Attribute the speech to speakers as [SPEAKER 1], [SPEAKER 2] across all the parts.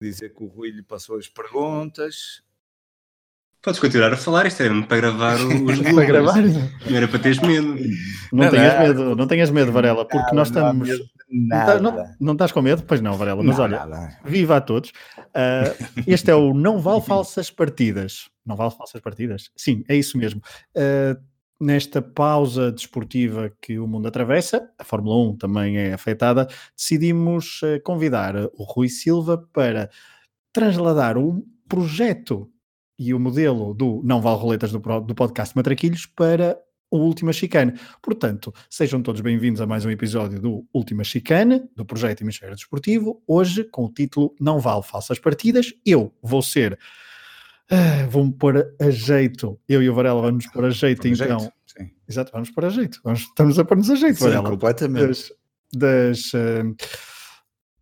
[SPEAKER 1] dizer que o Rui lhe passou as perguntas.
[SPEAKER 2] Podes continuar a falar, isto é mesmo para gravar os
[SPEAKER 3] Para gravar?
[SPEAKER 2] Não era para teres medo.
[SPEAKER 3] Não,
[SPEAKER 1] Não,
[SPEAKER 3] tenhas
[SPEAKER 1] não.
[SPEAKER 3] medo, não tenhas medo, Varela, porque nós
[SPEAKER 1] Não há
[SPEAKER 3] estamos.
[SPEAKER 1] medo de
[SPEAKER 3] Não tá-
[SPEAKER 1] Nada.
[SPEAKER 3] Não, não estás com medo? Pois não, Varela, mas
[SPEAKER 1] Não,
[SPEAKER 3] olha,
[SPEAKER 1] nada.
[SPEAKER 3] viva a todos. Ah, este é o Não Vale Falsas Partidas. Não Vale Falsas Partidas? Sim, é isso mesmo. Ah, nesta pausa desportiva que o mundo atravessa, a Fórmula 1 também é afetada, decidimos ah, convidar o Rui Silva para trasladar um projeto e o modelo do Não Vale Roletas do, pro- do podcast Matraquilhos para o Última Chicane. Portanto, sejam todos bem-vindos a mais um episódio do Última Chicane, do projeto Hemisfério Desportivo. Hoje, com o título Não Vale Falsas Partidas, eu vou ser. Ah, Vou-me pôr a jeito. Eu e o Varela vamos pôr a jeito,
[SPEAKER 1] Por
[SPEAKER 3] então.
[SPEAKER 1] jeito, sim.
[SPEAKER 3] Exato, vamos pôr a jeito. Vamos- estamos a pôr-nos a jeito,
[SPEAKER 1] Sim,
[SPEAKER 3] Varela
[SPEAKER 1] completamente.
[SPEAKER 3] das, das, hum,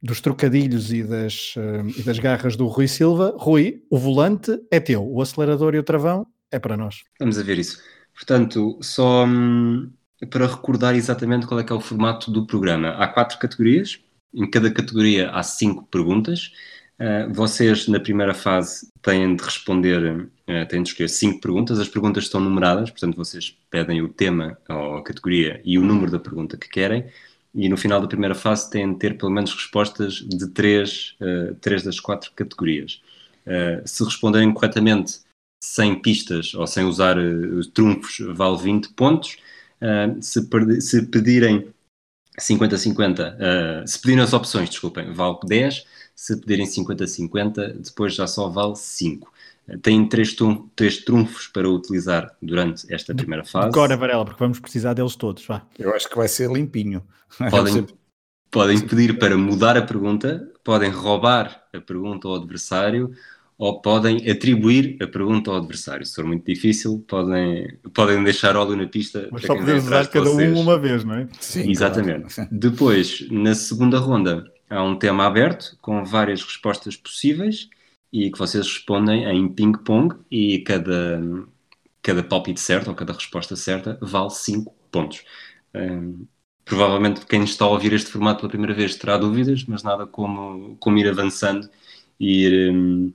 [SPEAKER 3] dos trocadilhos e das, hum, e das garras do Rui Silva. Rui, o volante é teu, o acelerador e o travão é para nós.
[SPEAKER 2] Vamos a ver isso. Portanto, só hum, para recordar exatamente qual é que é o formato do programa. Há quatro categorias, em cada categoria há cinco perguntas. Ah, vocês, na primeira fase, têm de responder, ah, têm de escolher cinco perguntas. As perguntas estão numeradas, portanto, vocês pedem o tema ou a categoria e o número da pergunta que querem. E no final da primeira fase têm de ter pelo menos respostas de três, ah, três das quatro categorias. Ah, se responderem corretamente, sem pistas ou sem usar eh, trunfos vale 20 pontos. Ah, se, perde- se pedirem 50-50, ah, se pedirem as opções, desculpem, vale 10. Se pedirem 50-50, depois já só vale 5. Ah, Têm três, tun- três trunfos para utilizar durante esta
[SPEAKER 3] De-
[SPEAKER 2] primeira fase.
[SPEAKER 3] Agora, Varela, porque vamos precisar deles todos. Vá.
[SPEAKER 1] Eu acho que vai ser limpinho.
[SPEAKER 2] Podem, podem pedir para mudar a pergunta, podem roubar a pergunta ao adversário ou podem atribuir a pergunta ao adversário. Se for muito difícil, podem, podem deixar óleo na pista.
[SPEAKER 3] Mas
[SPEAKER 2] para
[SPEAKER 3] só
[SPEAKER 2] quem
[SPEAKER 3] podemos
[SPEAKER 2] vem atrás
[SPEAKER 3] usar
[SPEAKER 2] de
[SPEAKER 3] cada
[SPEAKER 2] vocês.
[SPEAKER 3] um uma vez, não é?
[SPEAKER 1] Sim,
[SPEAKER 2] Exatamente.
[SPEAKER 1] claro.
[SPEAKER 2] Depois, na segunda ronda, há um tema aberto com várias respostas possíveis e que vocês respondem em ping-pong e cada, cada palpite certo ou cada resposta certa vale 5 pontos. Hum, provavelmente quem está a ouvir este formato pela primeira vez terá dúvidas, mas nada como, como ir avançando e ir, hum,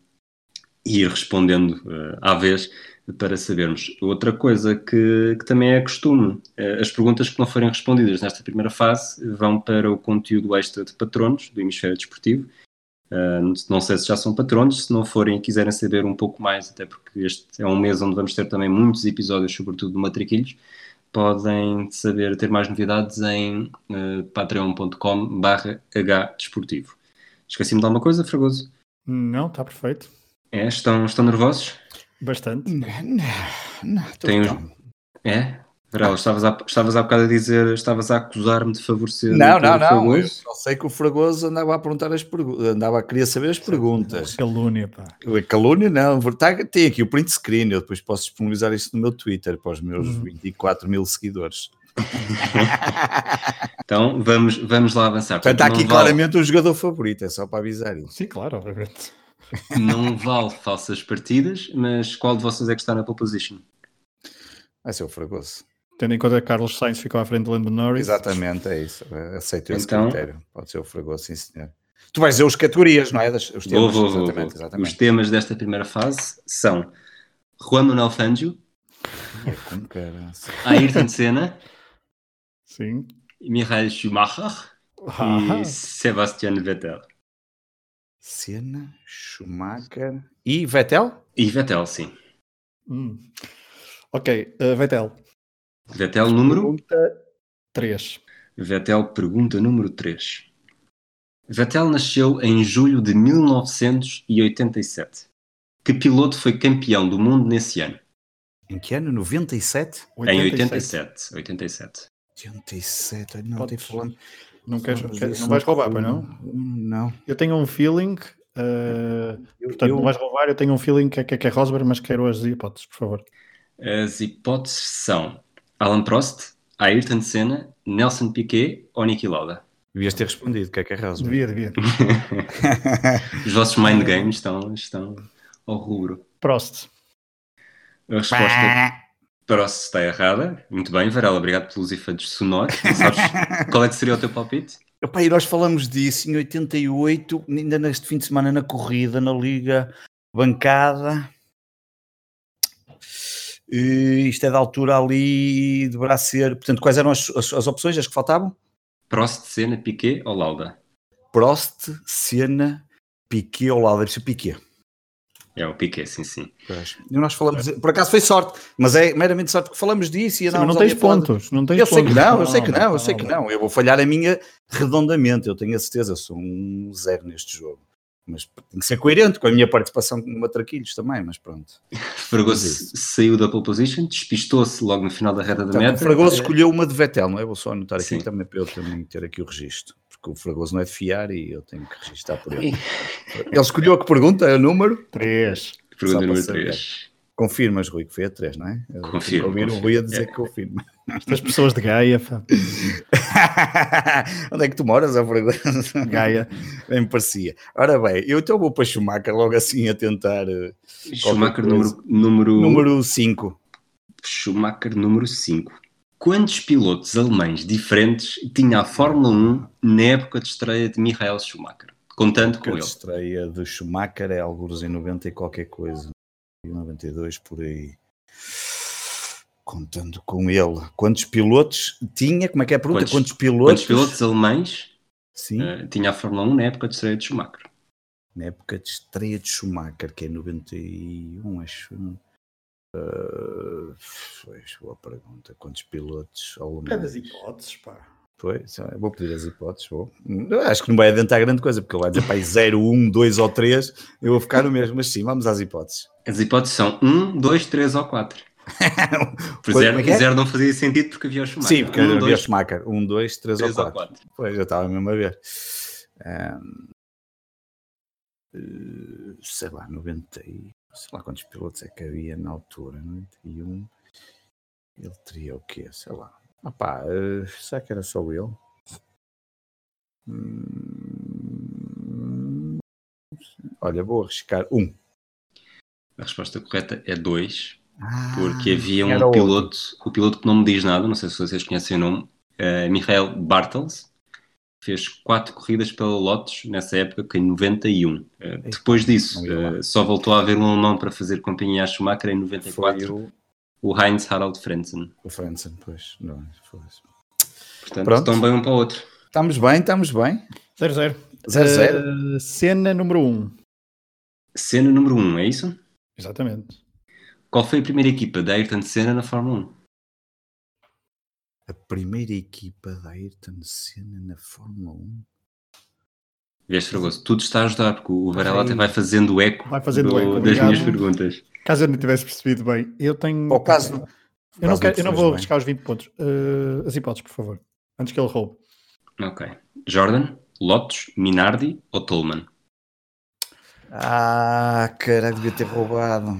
[SPEAKER 2] e ir respondendo eh, à vez para sabermos. Outra coisa que, que também é costume, eh, as perguntas que não forem respondidas nesta primeira fase vão para o conteúdo extra de patronos do Hemisfério Desportivo. Eh, não sei se já são patronos, se não forem e quiserem saber um pouco mais, até porque este é um mês onde vamos ter também muitos episódios, sobretudo do Matriquilhos, podem saber ter mais novidades em eh, patreon.com barra hdesportivo. Esqueci-me de alguma coisa, Fragoso?
[SPEAKER 3] Não, está perfeito.
[SPEAKER 2] É, estão, estão nervosos?
[SPEAKER 3] Bastante.
[SPEAKER 1] Não, não, não, tô
[SPEAKER 2] Tem os-
[SPEAKER 1] calmo.
[SPEAKER 2] É? Varela, estavas, há, estavas há bocado a dizer, estavas a acusar-me de favorecer.
[SPEAKER 1] não,
[SPEAKER 2] o
[SPEAKER 1] não,
[SPEAKER 2] Pedro
[SPEAKER 1] não. Eu
[SPEAKER 2] Fragoso.
[SPEAKER 1] só sei que o Fragoso andava a perguntar as perguntas, andava a querer saber as perguntas.
[SPEAKER 3] Calúnia, pá.
[SPEAKER 1] A Calúnia não, Tá- tem aqui o print screen, eu depois posso disponibilizar isto no meu Twitter para os meus
[SPEAKER 3] Uhum.
[SPEAKER 1] 24 mil seguidores.
[SPEAKER 2] Então vamos, vamos lá avançar.
[SPEAKER 1] Portanto, está
[SPEAKER 2] não
[SPEAKER 1] aqui
[SPEAKER 2] vale-
[SPEAKER 1] claramente o jogador favorito, é só para avisar isso.
[SPEAKER 3] Sim, claro, obviamente.
[SPEAKER 2] Não vale falsas partidas, mas qual de vocês é que está na pole position?
[SPEAKER 1] Vai ser o Fragoso.
[SPEAKER 3] Tendo em conta que Carlos Sainz ficou à frente de Lando Norris.
[SPEAKER 1] Exatamente, é isso. Aceito esse
[SPEAKER 2] Então-
[SPEAKER 1] critério. Pode ser o Fragoso, sim, senhor. Tu vais dizer as categorias, não é? Das- Os
[SPEAKER 2] Vou,
[SPEAKER 1] temas,
[SPEAKER 2] vou, vou,
[SPEAKER 1] exatamente,
[SPEAKER 2] vou. Os
[SPEAKER 1] exatamente.
[SPEAKER 2] temas desta primeira fase são Juan Manuel Fangio,
[SPEAKER 1] Ai, como caraças.
[SPEAKER 2] Ayrton Senna,
[SPEAKER 3] Sim.
[SPEAKER 2] Michael Schumacher
[SPEAKER 3] Ah,
[SPEAKER 2] e Sebastian Vettel.
[SPEAKER 1] Senna, Schumacher e Vettel?
[SPEAKER 2] E Vettel, sim.
[SPEAKER 3] hum. Ok, uh, Vettel,
[SPEAKER 2] Vettel número?
[SPEAKER 1] Pergunta-
[SPEAKER 3] 3.
[SPEAKER 2] Vettel pergunta número 3. Vettel nasceu em julho de 1987. Que piloto foi campeão do mundo nesse ano?
[SPEAKER 1] Em que ano? 97?
[SPEAKER 2] Em 87. 87.
[SPEAKER 1] 87, olha, não
[SPEAKER 3] Podes-
[SPEAKER 1] tem falando.
[SPEAKER 3] Não, queres,
[SPEAKER 1] Mas
[SPEAKER 3] queres-
[SPEAKER 1] isso um-
[SPEAKER 3] não vais roubar, pois não?
[SPEAKER 1] Não.
[SPEAKER 3] Eu tenho um feeling. uh,
[SPEAKER 1] Eu-
[SPEAKER 3] Portanto,
[SPEAKER 1] eu-
[SPEAKER 3] não vais roubar, eu tenho um feeling que é, que é, que é Rosberg, mas quero as hipóteses, por favor.
[SPEAKER 2] As hipóteses são Alan Prost, Ayrton Senna, Nelson Piquet ou Niki Lauda.
[SPEAKER 1] Devias ter respondido, o que é que é razão?
[SPEAKER 3] Devia, devia.
[SPEAKER 2] Os vossos
[SPEAKER 1] Ah.
[SPEAKER 2] mind games estão, estão ao rubro.
[SPEAKER 3] Prost.
[SPEAKER 2] A resposta Prost está errada. Muito bem, Varela, obrigado pelos efeitos sonoros. Sabes qual é que seria o teu palpite?
[SPEAKER 1] Epá, e nós falamos disso em 88, ainda neste fim de semana na corrida, na Liga Bancada. E isto é da altura ali, deverá ser. Portanto, quais eram as, as, as opções, as que faltavam?
[SPEAKER 2] Prost, Senna, Piquet ou Lauda?
[SPEAKER 1] Prost, Senna, Piquet ou Lauda? Deve ser Piquet.
[SPEAKER 2] É o Piquet, sim, sim.
[SPEAKER 1] E nós falamos, por acaso foi sorte, mas é meramente sorte porque falamos disso e
[SPEAKER 3] Sim, mas não
[SPEAKER 1] andámos
[SPEAKER 3] tens
[SPEAKER 1] ali a falar de-
[SPEAKER 3] pontos. Não tens
[SPEAKER 1] Eu sei que
[SPEAKER 3] pontos.
[SPEAKER 1] não, eu sei que não, eu sei que não. Eu vou falhar a minha redondamente, eu tenho a certeza, eu sou um zero neste jogo. Mas tem que ser coerente com a minha participação com matraquilhos também, mas pronto. Tá,
[SPEAKER 2] Fragoso saiu da pole position, despistou-se logo no final da reta da
[SPEAKER 1] Então, o
[SPEAKER 2] meta.
[SPEAKER 1] Fragoso escolheu uma de Vettel, não é? Vou só anotar aqui
[SPEAKER 2] Sim.
[SPEAKER 1] também para eu também ter aqui o registro. Porque o Fragoso não é de fiar e eu tenho que registrar por ele. Ele escolheu a que pergunta, é o número.
[SPEAKER 3] 3.
[SPEAKER 1] Só
[SPEAKER 2] Pergunta
[SPEAKER 1] para
[SPEAKER 2] número
[SPEAKER 1] saber.
[SPEAKER 2] 3.
[SPEAKER 1] Confirmas, Rui, que foi a 3, não é? Eu
[SPEAKER 2] Confirmo,
[SPEAKER 1] Ouvir o
[SPEAKER 2] confirmo.
[SPEAKER 1] Rui a dizer
[SPEAKER 2] É.
[SPEAKER 1] que confirma.
[SPEAKER 3] Estas pessoas de Gaia, pá,
[SPEAKER 1] Onde é que tu moras, ó Fragoso?
[SPEAKER 3] Gaia.
[SPEAKER 1] Bem me parecia. Ora bem, eu então vou para Schumacher logo assim a tentar. eh,
[SPEAKER 2] Schumacher
[SPEAKER 1] coisa.
[SPEAKER 2] número, número,
[SPEAKER 1] Número 5.
[SPEAKER 2] Schumacher número 5. Quantos pilotos alemães diferentes tinha a Fórmula 1 na época de estreia de Michael Schumacher? Contando
[SPEAKER 1] Que
[SPEAKER 2] com
[SPEAKER 1] a
[SPEAKER 2] ele.
[SPEAKER 1] estreia de Schumacher é alguns em 90 e qualquer coisa. 92 por aí. Contando com ele. Quantos pilotos tinha? Como é que é a pergunta?
[SPEAKER 2] Quantos-
[SPEAKER 1] Quantos, pilotos?
[SPEAKER 2] Quantos pilotos alemães
[SPEAKER 1] Sim,
[SPEAKER 2] eh, tinha a Fórmula 1 na época de estreia de Schumacher?
[SPEAKER 1] na época de estreia de Schumacher, que é 91, acho. Eh, pois, boa pergunta. Quantos pilotos alemães?
[SPEAKER 3] hipóteses, pá.
[SPEAKER 1] Pois, é eu vou pedir as hipóteses. Vou. Eu Acho que não vai adiantar grande coisa, porque ele vai dizer para aí 0, 1, 2 ou 3, eu vou ficar no mesmo. Mas sim, vamos às hipóteses.
[SPEAKER 2] As hipóteses são 1, 2, 3 ou 4. Por
[SPEAKER 1] Pois,
[SPEAKER 2] zero,
[SPEAKER 1] como é que é?
[SPEAKER 2] zero não fazia sentido porque havia o Schumacher.
[SPEAKER 1] sim, porque
[SPEAKER 2] Um,
[SPEAKER 1] eu
[SPEAKER 2] dois,
[SPEAKER 1] vi o Schumacher. 1, 2, 3
[SPEAKER 2] três
[SPEAKER 1] ou 4.
[SPEAKER 2] quatro.
[SPEAKER 1] Pois, eu estava mesmo a ver. Ahm, eh, sei lá, 90 e... Sei lá quantos pilotos é que havia na altura. 91. Ele teria o quê? Sei lá. Opá, eh, será que era só ele? Hum, Olha, vou arriscar um.
[SPEAKER 2] A resposta correta é 2,
[SPEAKER 1] Ah,
[SPEAKER 2] porque havia
[SPEAKER 1] era
[SPEAKER 2] um
[SPEAKER 1] outro.
[SPEAKER 2] piloto, o piloto que não me diz nada, não sei se vocês conhecem o nome, eh, Michael Bartels, fez quatro corridas pela Lotus nessa época, que em 91. Eh,
[SPEAKER 1] então
[SPEAKER 2] depois disso,
[SPEAKER 1] não ia lá.
[SPEAKER 2] eh, só voltou a haver um alemão para fazer companhia a Schumacher em
[SPEAKER 1] Foi
[SPEAKER 2] 94,
[SPEAKER 1] o,
[SPEAKER 2] o Heinz Harald Frentzen.
[SPEAKER 1] o Franzen, pois. Não, é? foi isso.
[SPEAKER 2] Portanto,
[SPEAKER 1] Pronto.
[SPEAKER 2] estão bem um para o outro.
[SPEAKER 1] Estamos bem, estamos bem.
[SPEAKER 3] 0-0.
[SPEAKER 1] 0-0.
[SPEAKER 3] Eh, cena número 1.
[SPEAKER 2] Cena número 1, um, é isso?
[SPEAKER 3] Exatamente.
[SPEAKER 2] Qual foi a primeira equipa da Ayrton Senna na Fórmula 1?
[SPEAKER 1] A primeira equipa da Ayrton Senna na Fórmula 1.
[SPEAKER 2] Vês, Fragoso, tudo está a ajudar, porque o Varela até
[SPEAKER 1] Ai.
[SPEAKER 2] vai fazendo eco,
[SPEAKER 3] Vai fazendo
[SPEAKER 2] do-
[SPEAKER 3] eco,
[SPEAKER 2] das
[SPEAKER 3] obrigado.
[SPEAKER 2] minhas perguntas.
[SPEAKER 3] Caso eu não tivesse percebido bem, eu tenho.
[SPEAKER 1] Ao caso-
[SPEAKER 3] eu não,
[SPEAKER 1] caso
[SPEAKER 3] quero-
[SPEAKER 1] não
[SPEAKER 3] eu
[SPEAKER 1] percebas
[SPEAKER 3] não vou
[SPEAKER 1] bem.
[SPEAKER 3] arriscar os 20 pontos. Eh, as hipóteses, por favor. Antes que ele roube.
[SPEAKER 2] Ok. Jordan, Lotus, Minardi ou Tolman?
[SPEAKER 1] Ah, caralho, devia ter roubado.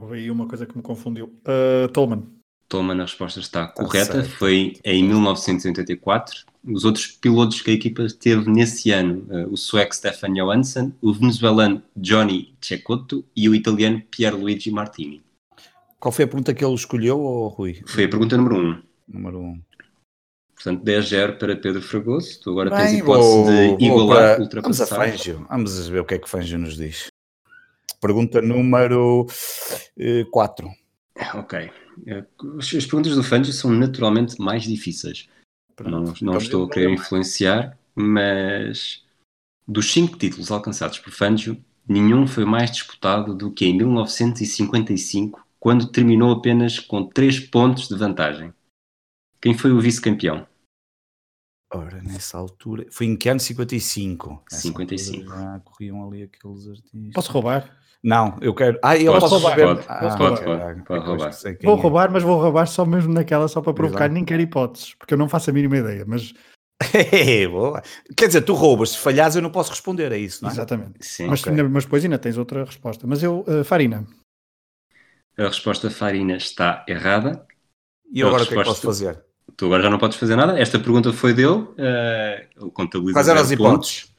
[SPEAKER 3] Houve aí uma coisa que me confundiu.
[SPEAKER 1] Uh,
[SPEAKER 3] Eh, Tolman.
[SPEAKER 2] Tolman, a resposta está correta.
[SPEAKER 1] Tá certo.
[SPEAKER 2] Foi em 1984. Os outros pilotos que a equipa teve nesse ano, eh, o sueco Stefan Johansson, o venezuelano Johnny Cecotto e o italiano Pierluigi Martini.
[SPEAKER 1] Qual foi a pergunta que ele escolheu, ou Rui?
[SPEAKER 2] Foi a pergunta número 1. Um.
[SPEAKER 1] Número 1.
[SPEAKER 2] Portanto, 10-0 para Pedro Fragoso. Tu agora tens
[SPEAKER 1] Bem,
[SPEAKER 2] hipótese
[SPEAKER 1] vou-
[SPEAKER 2] de
[SPEAKER 1] vou
[SPEAKER 2] igualar,
[SPEAKER 1] para- Vamos a
[SPEAKER 2] ultrapassar.
[SPEAKER 1] Fangio. Vamos a ver o que é que Fangio nos diz. Pergunta número eh, 4.
[SPEAKER 2] Ok. Eh, As perguntas do Fangio são naturalmente mais difíceis. Não, não estou a querer influenciar, mas dos cinco títulos alcançados por Fangio, nenhum foi mais disputado do que em 1955, quando terminou apenas com três pontos de vantagem. Quem foi o vice-campeão?
[SPEAKER 1] Ora, nessa altura. Foi em que ano? 55. Nessa
[SPEAKER 2] 55.
[SPEAKER 1] altura já corriam ali aqueles artistas.
[SPEAKER 3] Posso roubar?
[SPEAKER 1] Não, eu quero. Ah, eu
[SPEAKER 2] Pode,
[SPEAKER 1] posso
[SPEAKER 3] pode,
[SPEAKER 1] saber.
[SPEAKER 2] pode,
[SPEAKER 1] ah,
[SPEAKER 3] pode,
[SPEAKER 1] caralho,
[SPEAKER 2] pode
[SPEAKER 1] é que eu
[SPEAKER 2] roubar.
[SPEAKER 1] sei quem
[SPEAKER 3] Vou
[SPEAKER 1] é.
[SPEAKER 3] roubar, mas vou roubar só mesmo naquela, só
[SPEAKER 1] Diz
[SPEAKER 3] para
[SPEAKER 1] lá.
[SPEAKER 3] provocar, nem quero hipóteses, porque eu não faço a mínima ideia. Mas
[SPEAKER 1] É, Boa. Quer dizer, tu roubas. Se falhares, eu não posso responder a isso, não é?
[SPEAKER 3] Exatamente.
[SPEAKER 2] Sim.
[SPEAKER 3] Mas,
[SPEAKER 1] Ok.
[SPEAKER 3] ainda- mas depois ainda tens outra resposta. Mas eu, eh, Farina,
[SPEAKER 2] A resposta Farina está errada.
[SPEAKER 1] E eu
[SPEAKER 2] A
[SPEAKER 1] agora o que é que
[SPEAKER 2] resposta-
[SPEAKER 1] posso fazer?
[SPEAKER 2] Tu agora já não podes fazer nada. Esta pergunta foi dele. eh, ele contabiliza
[SPEAKER 1] Quais eram as
[SPEAKER 2] zero
[SPEAKER 1] hipóteses?
[SPEAKER 2] pontos.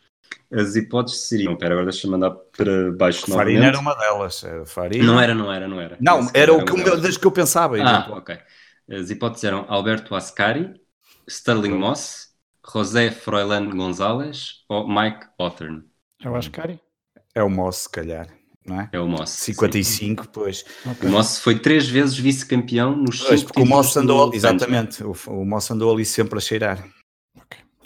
[SPEAKER 2] As hipóteses seriam... Espera, agora deixa-me mandar para baixo
[SPEAKER 1] Farina
[SPEAKER 2] novamente.
[SPEAKER 1] era uma delas. Era Farina.
[SPEAKER 2] Não era, não era, não era.
[SPEAKER 1] Não,
[SPEAKER 2] Essa
[SPEAKER 1] era o
[SPEAKER 2] uma
[SPEAKER 1] que, o meu-
[SPEAKER 2] delas.
[SPEAKER 1] das que eu pensava.
[SPEAKER 2] Ah, ok. As hipóteses eram Alberto Ascari, Sterling Moss, José Froilan Gonzalez ou Mike Othern?
[SPEAKER 3] Eu acho que Ari.
[SPEAKER 1] É o Moss, se calhar, não é?
[SPEAKER 2] É o Moss.
[SPEAKER 1] 55, pois.
[SPEAKER 2] O Moss foi três vezes vice-campeão nos
[SPEAKER 1] Pois,
[SPEAKER 2] cinco
[SPEAKER 1] porque o Moss
[SPEAKER 2] títulos
[SPEAKER 1] andou
[SPEAKER 2] do
[SPEAKER 1] ali, exatamente, o, o Moss andou ali sempre a cheirar.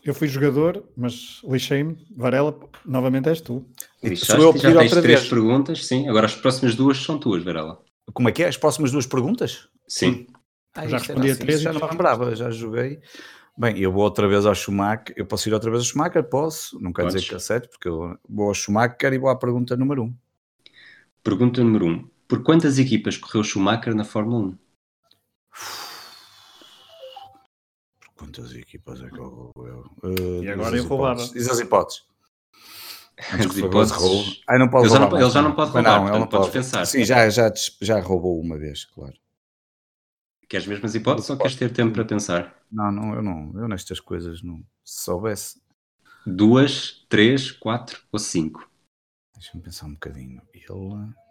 [SPEAKER 3] Eu fui jogador, mas lixei-me. Varela, novamente és tu.
[SPEAKER 2] Lixaste,
[SPEAKER 4] Sou eu a
[SPEAKER 2] já
[SPEAKER 4] pedir
[SPEAKER 2] tens
[SPEAKER 4] outra
[SPEAKER 2] três
[SPEAKER 4] vez.
[SPEAKER 2] perguntas, sim. Agora as próximas duas são tuas, Varela.
[SPEAKER 1] Como é que é? As próximas duas perguntas?
[SPEAKER 2] Sim.
[SPEAKER 1] Ah,
[SPEAKER 3] Já
[SPEAKER 1] isto era
[SPEAKER 3] respondi a
[SPEAKER 1] assim,
[SPEAKER 3] três e
[SPEAKER 1] Já não
[SPEAKER 3] tu-
[SPEAKER 1] lembrava, já joguei. Bem, eu vou outra vez ao Schumacher. Eu posso ir outra vez ao Schumacher? Posso. Não quero
[SPEAKER 2] Podes.
[SPEAKER 1] dizer que acerto, porque eu vou ao Schumacher e vou à pergunta número 1.
[SPEAKER 2] Pergunta número 1. Um. Por quantas equipas correu Schumacher na Fórmula 1?
[SPEAKER 1] Quantas equipas é que eu vou eu?
[SPEAKER 3] E
[SPEAKER 1] Eh,
[SPEAKER 3] agora
[SPEAKER 1] diz as
[SPEAKER 3] eu roubava.
[SPEAKER 1] hipóteses. Diz as hipóteses.
[SPEAKER 2] As
[SPEAKER 1] Por favor,
[SPEAKER 2] hipóteses.
[SPEAKER 1] roubo. Ai, não pode
[SPEAKER 2] Ele já não-
[SPEAKER 1] roubar mais.
[SPEAKER 2] ele já não pode
[SPEAKER 1] Pois
[SPEAKER 2] roubar,
[SPEAKER 1] ele
[SPEAKER 2] portanto,
[SPEAKER 1] não
[SPEAKER 2] podes
[SPEAKER 1] pode.
[SPEAKER 2] pensar.
[SPEAKER 1] Sim, já, já, des- já roubou uma vez, claro.
[SPEAKER 2] Queres mesmo as hipóteses ou queres ter tempo para pensar?
[SPEAKER 1] Não, não, eu não. Eu nestas coisas não. Se soubesse.
[SPEAKER 2] Duas, três, quatro ou cinco?
[SPEAKER 1] Deixa-me pensar um bocadinho. Ele.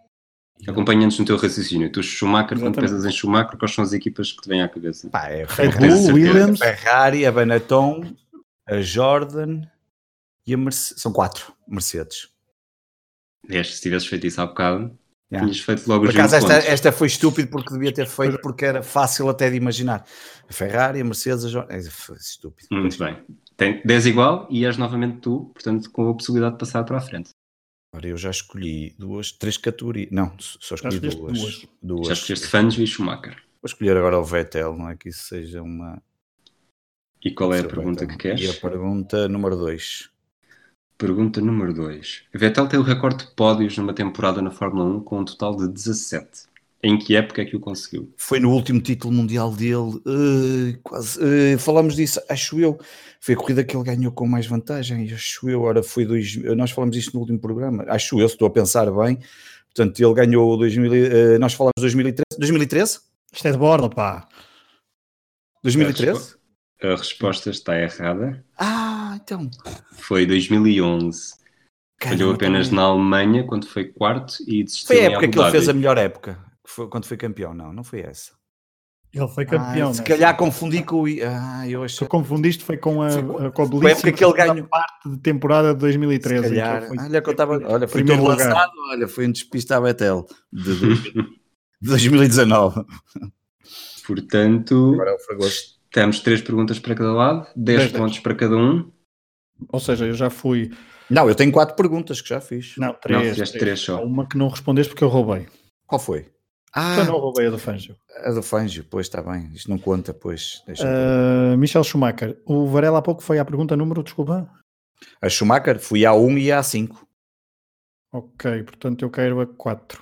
[SPEAKER 2] Acompanha-nos no teu raciocínio. Tu, Schumacher, quando
[SPEAKER 3] Exatamente.
[SPEAKER 2] pensas em Schumacher, quais são as equipas que te vêm à cabeça?
[SPEAKER 1] Pá, é
[SPEAKER 3] Red
[SPEAKER 1] Ferrari.
[SPEAKER 2] certeza.
[SPEAKER 3] Bull, Williams.
[SPEAKER 1] Ferrari, a Benetton, a Jordan e a Mercedes. São quatro Mercedes.
[SPEAKER 2] Vês, se tivesses feito isso há bocado,
[SPEAKER 1] Yeah.
[SPEAKER 2] tinhas feito logo
[SPEAKER 1] Por
[SPEAKER 2] os 20
[SPEAKER 1] acaso, esta,
[SPEAKER 2] pontos.
[SPEAKER 1] esta foi estúpido porque devia ter feito, porque era fácil até de imaginar. A Ferrari, a Mercedes, a Jordan. É, foi estúpido.
[SPEAKER 2] Muito Hum, bem. Tem 10 igual e és novamente tu, portanto, com a possibilidade de passar para a frente.
[SPEAKER 1] Ora, eu já escolhi duas, três categorias. Não, só escolhi duas.
[SPEAKER 3] escolheste
[SPEAKER 1] duas.
[SPEAKER 2] Já escolheste fãs e Schumacher.
[SPEAKER 1] Vou escolher agora o Vettel, não é que isso seja uma.
[SPEAKER 2] E qual é a
[SPEAKER 1] Seu
[SPEAKER 2] pergunta que
[SPEAKER 1] Vettel. então. E
[SPEAKER 2] queres?
[SPEAKER 1] a pergunta número dois.
[SPEAKER 2] Pergunta número 2. Vettel tem o recorde de pódios numa temporada na Fórmula 1 com um total de 17. Em que época é que o conseguiu?
[SPEAKER 1] Foi no último título mundial dele, eh, quase. eh, falamos disso, acho eu. Foi a corrida que ele ganhou com mais vantagem, acho eu. Ora, foi dois. eh, Nós falamos isto no último programa, acho eu, se estou a pensar bem. Portanto, ele ganhou 2000, eh, nós falamos 2013. 2013?
[SPEAKER 3] Isto é de borla, pá.
[SPEAKER 1] 2013?
[SPEAKER 2] A resposta está errada.
[SPEAKER 1] Ah, então.
[SPEAKER 2] Foi 2011. Falhou
[SPEAKER 1] Caramba,
[SPEAKER 2] apenas
[SPEAKER 1] também.
[SPEAKER 2] na Alemanha, quando foi quarto, e desistiu
[SPEAKER 1] Foi a
[SPEAKER 2] em
[SPEAKER 1] época
[SPEAKER 2] Abu
[SPEAKER 1] que ele fez a
[SPEAKER 2] Dhabi.
[SPEAKER 1] melhor época, que foi quando foi campeão, não, não foi essa.
[SPEAKER 3] Ele foi campeão.
[SPEAKER 1] Ai, Ah, se
[SPEAKER 3] né?
[SPEAKER 1] calhar confundi com o. I- Ah, eu
[SPEAKER 3] Se
[SPEAKER 1] achei.
[SPEAKER 3] eu confundiste foi com a,
[SPEAKER 1] Foi com-
[SPEAKER 3] a, com
[SPEAKER 1] Foi a
[SPEAKER 3] a
[SPEAKER 1] época
[SPEAKER 3] belíssima
[SPEAKER 1] que ele
[SPEAKER 3] segunda
[SPEAKER 1] ganhou.
[SPEAKER 3] parte de temporada de 2013.
[SPEAKER 1] Se
[SPEAKER 3] em que ele
[SPEAKER 1] calhar.
[SPEAKER 3] foi-
[SPEAKER 1] Olha que eu estava. Olha, foi
[SPEAKER 3] primeiro
[SPEAKER 1] todo
[SPEAKER 3] lugar.
[SPEAKER 1] lançado. Olha, foi um despiste à Betel de, de, de 2019.
[SPEAKER 2] Portanto,
[SPEAKER 1] é o fragoso.
[SPEAKER 2] temos três perguntas para cada lado, 10
[SPEAKER 3] Dez, dez.
[SPEAKER 2] pontos para cada um.
[SPEAKER 3] Ou seja, eu já fui.
[SPEAKER 1] Não, eu tenho quatro perguntas que já fiz.
[SPEAKER 3] Não,
[SPEAKER 2] Não,
[SPEAKER 3] três.
[SPEAKER 2] fizeste três
[SPEAKER 3] Há
[SPEAKER 2] só.
[SPEAKER 3] Uma que não respondeste porque eu roubei.
[SPEAKER 1] Qual foi?
[SPEAKER 3] Eu não
[SPEAKER 1] Ah,
[SPEAKER 3] roubei a do Fangio.
[SPEAKER 1] a do Fangio, pois está bem. Isto não conta, pois. Deixa
[SPEAKER 3] Uh, Michel Schumacher. O Varela há pouco foi à pergunta número, desculpa.
[SPEAKER 1] a Schumacher, fui a 1 e a 5.
[SPEAKER 3] Ok, portanto eu quero a 4.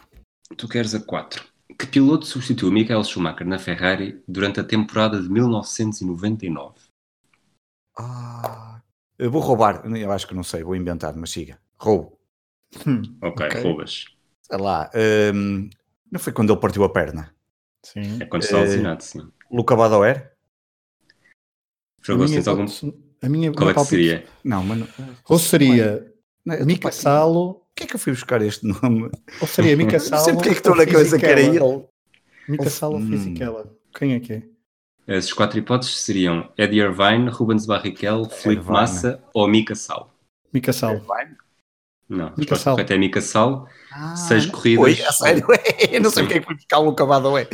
[SPEAKER 2] Tu queres a 4. Que piloto substituiu Michael Schumacher na Ferrari durante a temporada de 1999?
[SPEAKER 1] Ah, eu vou roubar. Eu acho que não sei, vou inventar, mas siga. Roubo.
[SPEAKER 2] Ok,
[SPEAKER 3] Ok.
[SPEAKER 2] roubas.
[SPEAKER 1] Sei lá. hum, não foi quando ele partiu a perna?
[SPEAKER 3] Sim.
[SPEAKER 2] É quando está
[SPEAKER 1] Eh,
[SPEAKER 2] alucinado, sim.
[SPEAKER 1] Luca Badoer?
[SPEAKER 2] Fragoso, tens algum...
[SPEAKER 3] a minha
[SPEAKER 2] Qual é que seria?
[SPEAKER 1] Não, mas não.
[SPEAKER 3] Ou seria
[SPEAKER 1] não, é, eu tô
[SPEAKER 3] Mika
[SPEAKER 1] para-
[SPEAKER 3] Salo,
[SPEAKER 1] Porquê é que eu fui buscar este nome?
[SPEAKER 3] ou seria Mika
[SPEAKER 1] Não
[SPEAKER 3] Salo.
[SPEAKER 1] sei porque é que estou
[SPEAKER 3] ou
[SPEAKER 1] na coisa que era
[SPEAKER 3] Fisichella.
[SPEAKER 1] ele.
[SPEAKER 3] Mika
[SPEAKER 1] Ou-
[SPEAKER 3] Salo ou
[SPEAKER 1] Hum.
[SPEAKER 3] Fisichella? Quem é que é?
[SPEAKER 2] As quatro hipóteses seriam Eddie Irvine, Rubens Barrichello, Felipe
[SPEAKER 1] Irvine.
[SPEAKER 2] Massa ou Mika Sal.
[SPEAKER 3] Mika Salo.
[SPEAKER 2] Não, a
[SPEAKER 3] Mika
[SPEAKER 2] resposta
[SPEAKER 3] Sal.
[SPEAKER 2] correta é Mika Sal.
[SPEAKER 1] Ah,
[SPEAKER 2] Seis
[SPEAKER 1] não
[SPEAKER 2] corridas.
[SPEAKER 1] Foi, a sério, eu não sei porque é que fui buscar o Luca Badoé.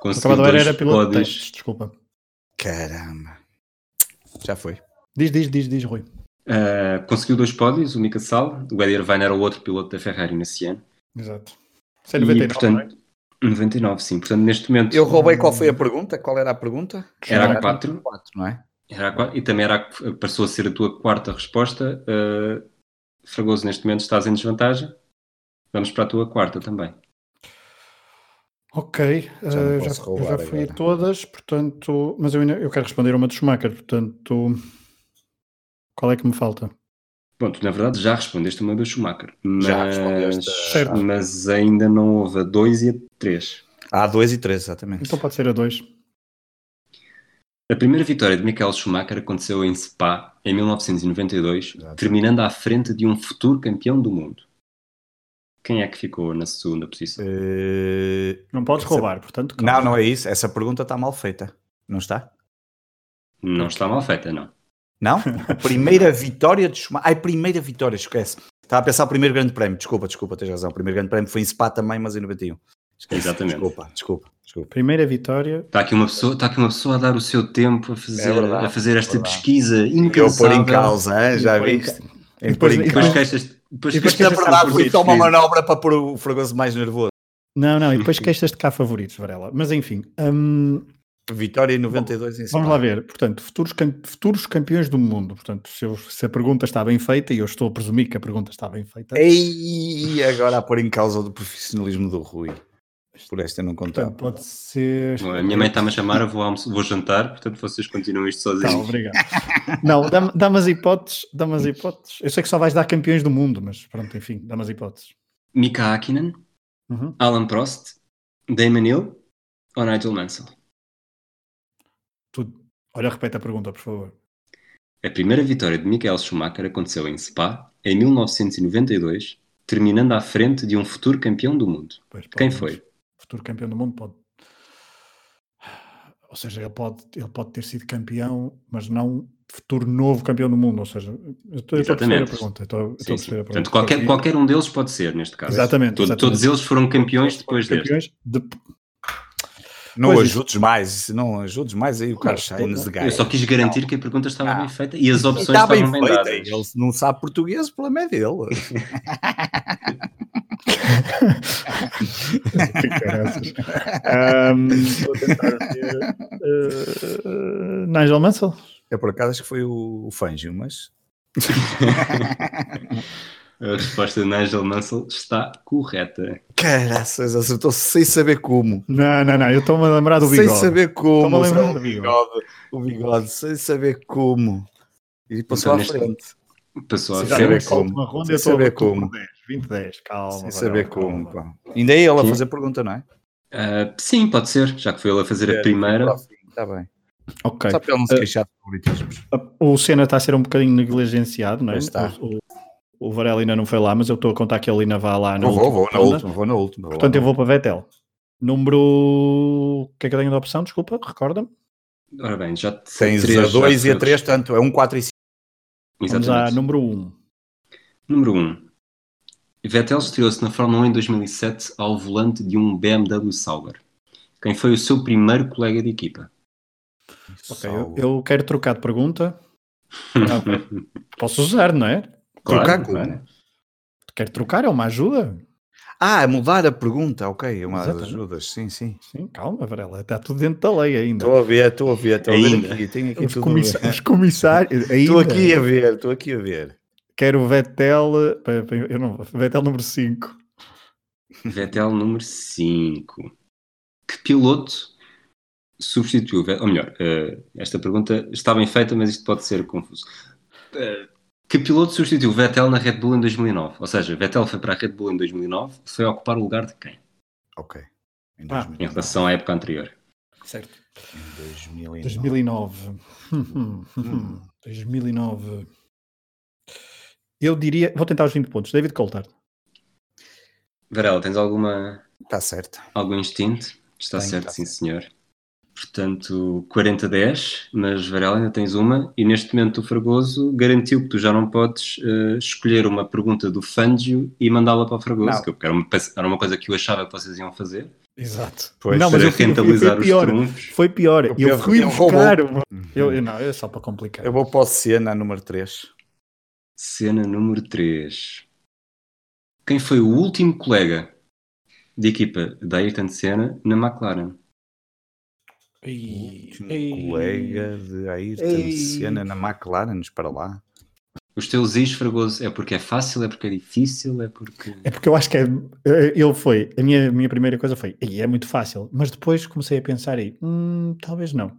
[SPEAKER 2] Conseguiu
[SPEAKER 3] Acabador
[SPEAKER 2] dois
[SPEAKER 3] era piloto de
[SPEAKER 2] pódios.
[SPEAKER 3] testes, desculpa.
[SPEAKER 1] Caramba. Já foi.
[SPEAKER 3] Diz, diz, diz, diz, Rui.
[SPEAKER 2] Ah, conseguiu dois pódios, o Mika Sal. O Eddie Irvine era o outro piloto da Ferrari nesse ano.
[SPEAKER 3] Exato.
[SPEAKER 2] E,
[SPEAKER 3] 199, não é?
[SPEAKER 2] portanto, 99, sim. Portanto, neste momento
[SPEAKER 1] Eu roubei qual foi a pergunta? Qual era a pergunta?
[SPEAKER 2] era a
[SPEAKER 3] é? Schumacher.
[SPEAKER 2] 4.
[SPEAKER 1] Quatro, não é?
[SPEAKER 2] Era a qua- e também era a- passou a ser a tua quarta resposta. Uh, Fragoso, neste momento estás em desvantagem. Vamos para a tua quarta também.
[SPEAKER 3] Ok,
[SPEAKER 1] Já não
[SPEAKER 3] eh,
[SPEAKER 1] posso
[SPEAKER 3] já,
[SPEAKER 1] roubar
[SPEAKER 3] eu já fui a
[SPEAKER 1] agora.
[SPEAKER 3] todas, portanto, mas eu, ainda, eu quero responder a uma de Schumacher, portanto, qual é que me falta?
[SPEAKER 2] Bom, tu na verdade já respondeste uma do Schumacher, mas,
[SPEAKER 1] Já respondeste a-
[SPEAKER 3] Certo.
[SPEAKER 2] mas ainda não houve a 2 e a 3.
[SPEAKER 1] A 2 Ah, e 3, exatamente.
[SPEAKER 3] Então pode ser a dois.
[SPEAKER 2] A primeira vitória de Michael Schumacher aconteceu em Spa em 1992,
[SPEAKER 1] Exato.
[SPEAKER 2] terminando à frente de um futuro campeão do mundo. Quem é que ficou na segunda
[SPEAKER 1] É.
[SPEAKER 2] posição?
[SPEAKER 1] Eh,
[SPEAKER 3] Não podes
[SPEAKER 1] Essa-
[SPEAKER 3] roubar, portanto.
[SPEAKER 1] Não, não é isso. Essa pergunta está mal feita. Não está?
[SPEAKER 2] Não está mal feita, não.
[SPEAKER 1] Não? Primeira vitória de Schumacher. Ai, primeira vitória, esquece. Estava a pensar o primeiro grande prémio. Desculpa, desculpa, tens razão. O primeiro grande prémio foi em Spa também, mas em 91. Esquece.
[SPEAKER 2] Exatamente.
[SPEAKER 1] Desculpa, desculpa, desculpa.
[SPEAKER 3] Primeira vitória.
[SPEAKER 2] Está aqui, uma pessoa, está aqui uma pessoa a dar o seu tempo a fazer,
[SPEAKER 1] É verdade,
[SPEAKER 2] a fazer
[SPEAKER 1] é
[SPEAKER 2] esta
[SPEAKER 1] verdade.
[SPEAKER 2] pesquisa
[SPEAKER 1] Eu pôr
[SPEAKER 2] incansável.
[SPEAKER 1] em causa, hein? já
[SPEAKER 3] Eu pôr em
[SPEAKER 1] viste?
[SPEAKER 3] ca-
[SPEAKER 1] Eu
[SPEAKER 3] Depois-
[SPEAKER 1] pôr em
[SPEAKER 3] e
[SPEAKER 2] Depois
[SPEAKER 1] causa.
[SPEAKER 3] Não.
[SPEAKER 2] queixas, depois
[SPEAKER 3] E
[SPEAKER 2] queixas
[SPEAKER 3] depois
[SPEAKER 1] Na
[SPEAKER 2] de
[SPEAKER 3] queixas-te
[SPEAKER 1] verdade,
[SPEAKER 2] ser
[SPEAKER 1] foi só uma
[SPEAKER 2] preferido.
[SPEAKER 1] manobra para pôr o Fragoso mais nervoso.
[SPEAKER 3] Não, não, e depois queixas de cá favoritos, Varela. Mas enfim, hum,
[SPEAKER 1] Vitória em 92 em Spa.
[SPEAKER 3] vamos lá ver. Portanto, futuros, cam- futuros campeões do mundo. Portanto, se, eu- se a pergunta está bem feita, e eu estou a presumir que a pergunta está bem feita,
[SPEAKER 1] Ei, agora a pôr em causa do profissionalismo do Rui. Por esta eu não
[SPEAKER 3] portanto,
[SPEAKER 1] contava.
[SPEAKER 3] pode ser.
[SPEAKER 2] Bom, A minha mãe está-me a chamar, eu vou, almoço, vou jantar, portanto vocês continuam isto
[SPEAKER 3] Tá,
[SPEAKER 2] sozinhos.
[SPEAKER 3] obrigado. Não, dá-me dá as hipóteses, dá-me as hipóteses. Eu sei que só vais dar campeões do mundo, mas pronto, enfim, dá-me as hipóteses.
[SPEAKER 2] Mika Hakkinen,
[SPEAKER 3] Uhum.
[SPEAKER 2] Alan Prost, Damon Hill ou Nigel Mansell?
[SPEAKER 3] Tu- Olha, repete a pergunta, por favor.
[SPEAKER 2] A primeira vitória de Michael Schumacher aconteceu em Spa em 1992, terminando à frente de um futuro campeão do mundo.
[SPEAKER 3] Pois, pode,
[SPEAKER 2] Quem
[SPEAKER 3] mas
[SPEAKER 2] foi?
[SPEAKER 3] Futuro campeão do mundo pode. Ou seja, ele pode, ele pode ter sido campeão, mas não futuro novo campeão do mundo. Ou seja, eu estou eu estou a perceber a
[SPEAKER 2] Exatamente.
[SPEAKER 3] pergunta. eu estou- eu estou
[SPEAKER 2] Sim,
[SPEAKER 3] a
[SPEAKER 2] sim.
[SPEAKER 3] perceber a
[SPEAKER 2] Portanto,
[SPEAKER 3] pergunta.
[SPEAKER 2] qualquer,
[SPEAKER 3] E-
[SPEAKER 2] qualquer um deles pode ser, neste caso.
[SPEAKER 3] Exatamente,
[SPEAKER 2] Todo-
[SPEAKER 3] exatamente.
[SPEAKER 2] Todos eles foram campeões depois deste.
[SPEAKER 3] campeões de-
[SPEAKER 1] Não
[SPEAKER 3] Pois, é.
[SPEAKER 1] ajudes mais, não ajudes mais aí o Carlos
[SPEAKER 3] estou-
[SPEAKER 1] Sainz de
[SPEAKER 2] Eu
[SPEAKER 1] gajo.
[SPEAKER 2] só quis garantir que a pergunta estava
[SPEAKER 1] Ah.
[SPEAKER 2] bem feita e as opções
[SPEAKER 1] Está bem
[SPEAKER 2] estavam bem
[SPEAKER 1] feita.
[SPEAKER 2] dadas.
[SPEAKER 1] Ele não sabe português, o problema é dele.
[SPEAKER 3] Que caraças. Ahm, vou tentar ver. Eh, Nigel Mansell?
[SPEAKER 1] Eu por acaso acho que foi o, o Fangio, mas
[SPEAKER 2] A resposta de Nigel Mansell está correta.
[SPEAKER 1] caraças, acertou sem saber como.
[SPEAKER 3] Não, não, não. Eu estou-me a lembrar Tá do
[SPEAKER 1] sem
[SPEAKER 3] bigode.
[SPEAKER 1] saber como.
[SPEAKER 3] Estou-me a lembrar um
[SPEAKER 1] só
[SPEAKER 3] do
[SPEAKER 1] o
[SPEAKER 3] bigode.
[SPEAKER 1] bigode. O bigode, sem saber como. E passou
[SPEAKER 2] Então,
[SPEAKER 1] à
[SPEAKER 2] neste-
[SPEAKER 1] frente.
[SPEAKER 2] Passou à
[SPEAKER 3] Sem
[SPEAKER 1] Sem
[SPEAKER 3] saber
[SPEAKER 2] frente.
[SPEAKER 1] saber como.
[SPEAKER 3] Uma ronda
[SPEAKER 1] Sem
[SPEAKER 3] eu estou a
[SPEAKER 1] saber
[SPEAKER 3] bater por
[SPEAKER 1] como.
[SPEAKER 3] 10, 20, 10. Calma.
[SPEAKER 1] sem
[SPEAKER 3] Varela,
[SPEAKER 1] saber
[SPEAKER 3] calma.
[SPEAKER 1] como. pá. Ainda é ele a
[SPEAKER 2] Sim.
[SPEAKER 1] fazer pergunta, não é?
[SPEAKER 2] Ah, sim, pode ser, já que foi ele a fazer a
[SPEAKER 1] É,
[SPEAKER 2] primeira.
[SPEAKER 1] Está bem.
[SPEAKER 3] Ok.
[SPEAKER 1] Só para ele não se
[SPEAKER 3] Eh,
[SPEAKER 1] queixar de favoritismos.
[SPEAKER 3] O Senna está a ser um bocadinho negligenciado, não é?
[SPEAKER 1] Pois tá. está.
[SPEAKER 3] O, o- o Varela ainda não foi lá, mas eu estou a contar que ele ainda vá lá. é na
[SPEAKER 1] Não vou,
[SPEAKER 3] última
[SPEAKER 1] vou na
[SPEAKER 3] ronda.
[SPEAKER 1] última, vou na última. vou
[SPEAKER 3] Portanto,
[SPEAKER 1] lá.
[SPEAKER 3] eu vou para Vettel. Número. O que é que eu tenho de opção? Desculpa, recorda-me.
[SPEAKER 2] Ora bem, já
[SPEAKER 1] Tens
[SPEAKER 2] três,
[SPEAKER 1] a
[SPEAKER 2] já
[SPEAKER 1] 2 e a
[SPEAKER 2] foi-
[SPEAKER 1] 3, tanto é um 4 e 5.
[SPEAKER 3] Vamos
[SPEAKER 2] Exatamente.
[SPEAKER 3] à número 1.
[SPEAKER 2] Número 1. Vettel estreou-se na Fórmula 1 em 2007 ao volante de um BMW Sauber. Quem foi o seu primeiro colega de equipa?
[SPEAKER 3] Ok, eu, eu quero trocar de pergunta. Não. Posso usar, não é?
[SPEAKER 1] Trocar como?
[SPEAKER 3] Quero trocar, é uma ajuda.
[SPEAKER 1] Ah, é mudar a pergunta, ok. é Uma
[SPEAKER 3] Exatamente.
[SPEAKER 1] ajudas, sim, sim.
[SPEAKER 3] Sim, calma, Varela. Está tudo dentro da lei ainda.
[SPEAKER 1] Estou a ver, estou a ver, estou a ver
[SPEAKER 2] Ainda.
[SPEAKER 1] aqui. Tenho aqui
[SPEAKER 3] Os,
[SPEAKER 1] tudo a
[SPEAKER 3] comissa-
[SPEAKER 1] ver.
[SPEAKER 3] os comissários.
[SPEAKER 1] Estou
[SPEAKER 3] ainda.
[SPEAKER 1] aqui a ver, estou aqui a ver.
[SPEAKER 3] Quero Vettel. pa- pa- Eu não, Vettel número 5.
[SPEAKER 2] Vettel número 5. Que piloto substituiu Vettel? Ou melhor, eh, esta pergunta está bem feita, mas isto pode ser confuso. Eh, que piloto substituiu Vettel na Red Bull em 2009? Ou seja, Vettel foi para a Red Bull em 2009, foi ocupar o lugar de quem?
[SPEAKER 1] Ok. Em
[SPEAKER 3] Ah,
[SPEAKER 1] 2000,
[SPEAKER 2] Em relação à época anterior.
[SPEAKER 3] Certo.
[SPEAKER 1] em 2009.
[SPEAKER 3] 2009. Hum, hum, hum. 2009. Eu diria. Vou tentar os 20 pontos. David Coulthard.
[SPEAKER 2] Varela, tens alguma
[SPEAKER 1] Está tá certo.
[SPEAKER 2] Algum instinto? Está
[SPEAKER 1] Tenho,
[SPEAKER 2] certo,
[SPEAKER 1] tá
[SPEAKER 2] sim senhor. Portanto, 40-10, mas Varela ainda tens uma, e neste momento o Fragoso garantiu que tu já não podes eh, escolher uma pergunta do Fangio e mandá-la para o Fragoso,
[SPEAKER 1] Não.
[SPEAKER 2] que eu- era uma, era uma coisa que eu achava que vocês iam fazer,
[SPEAKER 3] Exato.
[SPEAKER 1] Pois,
[SPEAKER 3] não, mas
[SPEAKER 2] para
[SPEAKER 3] eu fui, eu fui
[SPEAKER 2] rentabilizar os
[SPEAKER 3] pior.
[SPEAKER 2] trunfos.
[SPEAKER 3] Foi pior.
[SPEAKER 1] O
[SPEAKER 3] Eu,
[SPEAKER 1] Pedro
[SPEAKER 3] fui
[SPEAKER 1] Rebelo
[SPEAKER 3] buscar.
[SPEAKER 1] roubou. Uhum.
[SPEAKER 3] uma- Eu, eu não, é só para complicar.
[SPEAKER 1] Eu vou para o Senna, número 3.
[SPEAKER 2] Cena número 3. Quem foi o último colega de equipa da Ayrton Senna na McLaren?
[SPEAKER 3] Ei, ei.
[SPEAKER 1] Colega de Ayrton
[SPEAKER 3] Ei.
[SPEAKER 1] Senna na McLaren, para lá.
[SPEAKER 2] Os teus is, Fragoso, é porque é fácil, é porque é difícil, é porque...
[SPEAKER 3] É porque eu acho que é, eh, ele foi. A minha, minha primeira coisa foi. "Ei, É muito fácil. Mas depois comecei a pensar aí. "Hum, talvez não.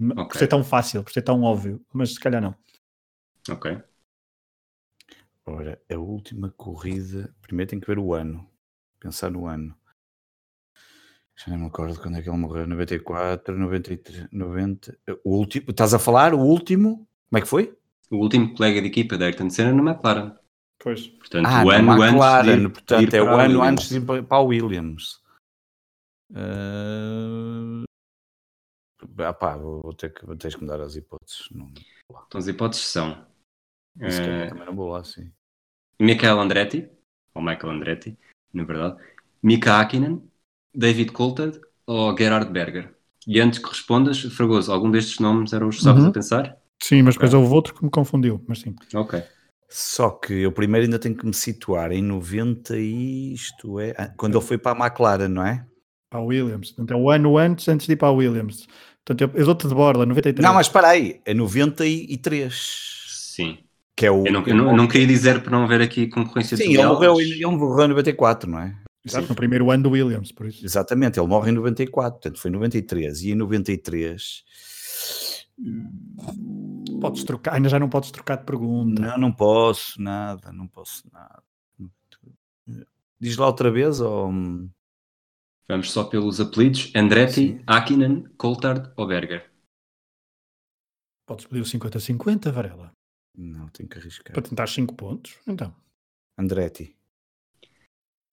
[SPEAKER 3] M- Por
[SPEAKER 2] Ok.
[SPEAKER 3] ser tão fácil, por ser tão óbvio. Mas se calhar não.
[SPEAKER 2] Ok.
[SPEAKER 1] Ora, a última corrida. Primeiro tem que ver o ano. Pensar no ano. Já não me acordo quando é que ele morreu. 94, 93, 90. O último. Estás a falar? O último? Como é que foi?
[SPEAKER 2] o último colega de equipa da Ayrton Senna na McLaren.
[SPEAKER 3] Pois.
[SPEAKER 2] Portanto,
[SPEAKER 1] ah,
[SPEAKER 2] o ano
[SPEAKER 1] na McLaren,
[SPEAKER 2] antes de ir,
[SPEAKER 1] portanto,
[SPEAKER 2] de ir
[SPEAKER 1] é o
[SPEAKER 2] para
[SPEAKER 1] ano
[SPEAKER 2] a Williams.
[SPEAKER 1] antes de ir para para a Williams. Ah, ah, pá, vou, vou ter que, vou tens que me dar as hipóteses. Não,
[SPEAKER 2] Então as hipóteses são
[SPEAKER 1] se calhar é
[SPEAKER 2] eh,
[SPEAKER 1] também assim. não vou lá, sim.
[SPEAKER 2] Michael Andretti, ou Michael Andretti, na verdade, Mika Hakkinen, David Coulthard ou Gerhard Berger. E antes que respondas, Fragoso, algum destes nomes eram os que estavas
[SPEAKER 3] Uhum.
[SPEAKER 2] a pensar?
[SPEAKER 3] Sim, mas depois houve outro que me confundiu, mas sim.
[SPEAKER 2] Ok.
[SPEAKER 1] Só que eu primeiro ainda tenho que me situar em 90 e isto é. ah, Quando ele foi para a McLaren, não é?
[SPEAKER 3] Para a Williams. Portanto, é o ano antes, antes de ir para a Williams. Portanto, eu, eu dou-te de borla,
[SPEAKER 2] Hum.
[SPEAKER 3] 93.
[SPEAKER 1] Não, mas espera aí, é 93.
[SPEAKER 2] Sim.
[SPEAKER 1] Que é o.
[SPEAKER 2] Eu não, eu não- é eu não queria dizer para não haver aqui concorrência
[SPEAKER 1] Sim, ele
[SPEAKER 2] desleal,
[SPEAKER 1] morreu,
[SPEAKER 2] mas-
[SPEAKER 1] em- ele morreu em 94, não é?
[SPEAKER 3] Exato, no primeiro ano do Williams, por isso.
[SPEAKER 1] Exatamente, ele morre em 94, portanto foi em 93. E em 93.
[SPEAKER 3] Podes trocar, ainda já não podes trocar de pergunta.
[SPEAKER 1] Não, não posso nada, não posso nada. Diz lá outra vez ou. hum,
[SPEAKER 2] Vamos só pelos apelidos. Andretti,
[SPEAKER 1] Sim.
[SPEAKER 2] Hakkinen, Coulthard ou Berger?
[SPEAKER 3] Podes pedir o 50-50, Varela.
[SPEAKER 1] Não, tenho que arriscar.
[SPEAKER 3] Para tentar 5 pontos. Então,
[SPEAKER 1] Andretti.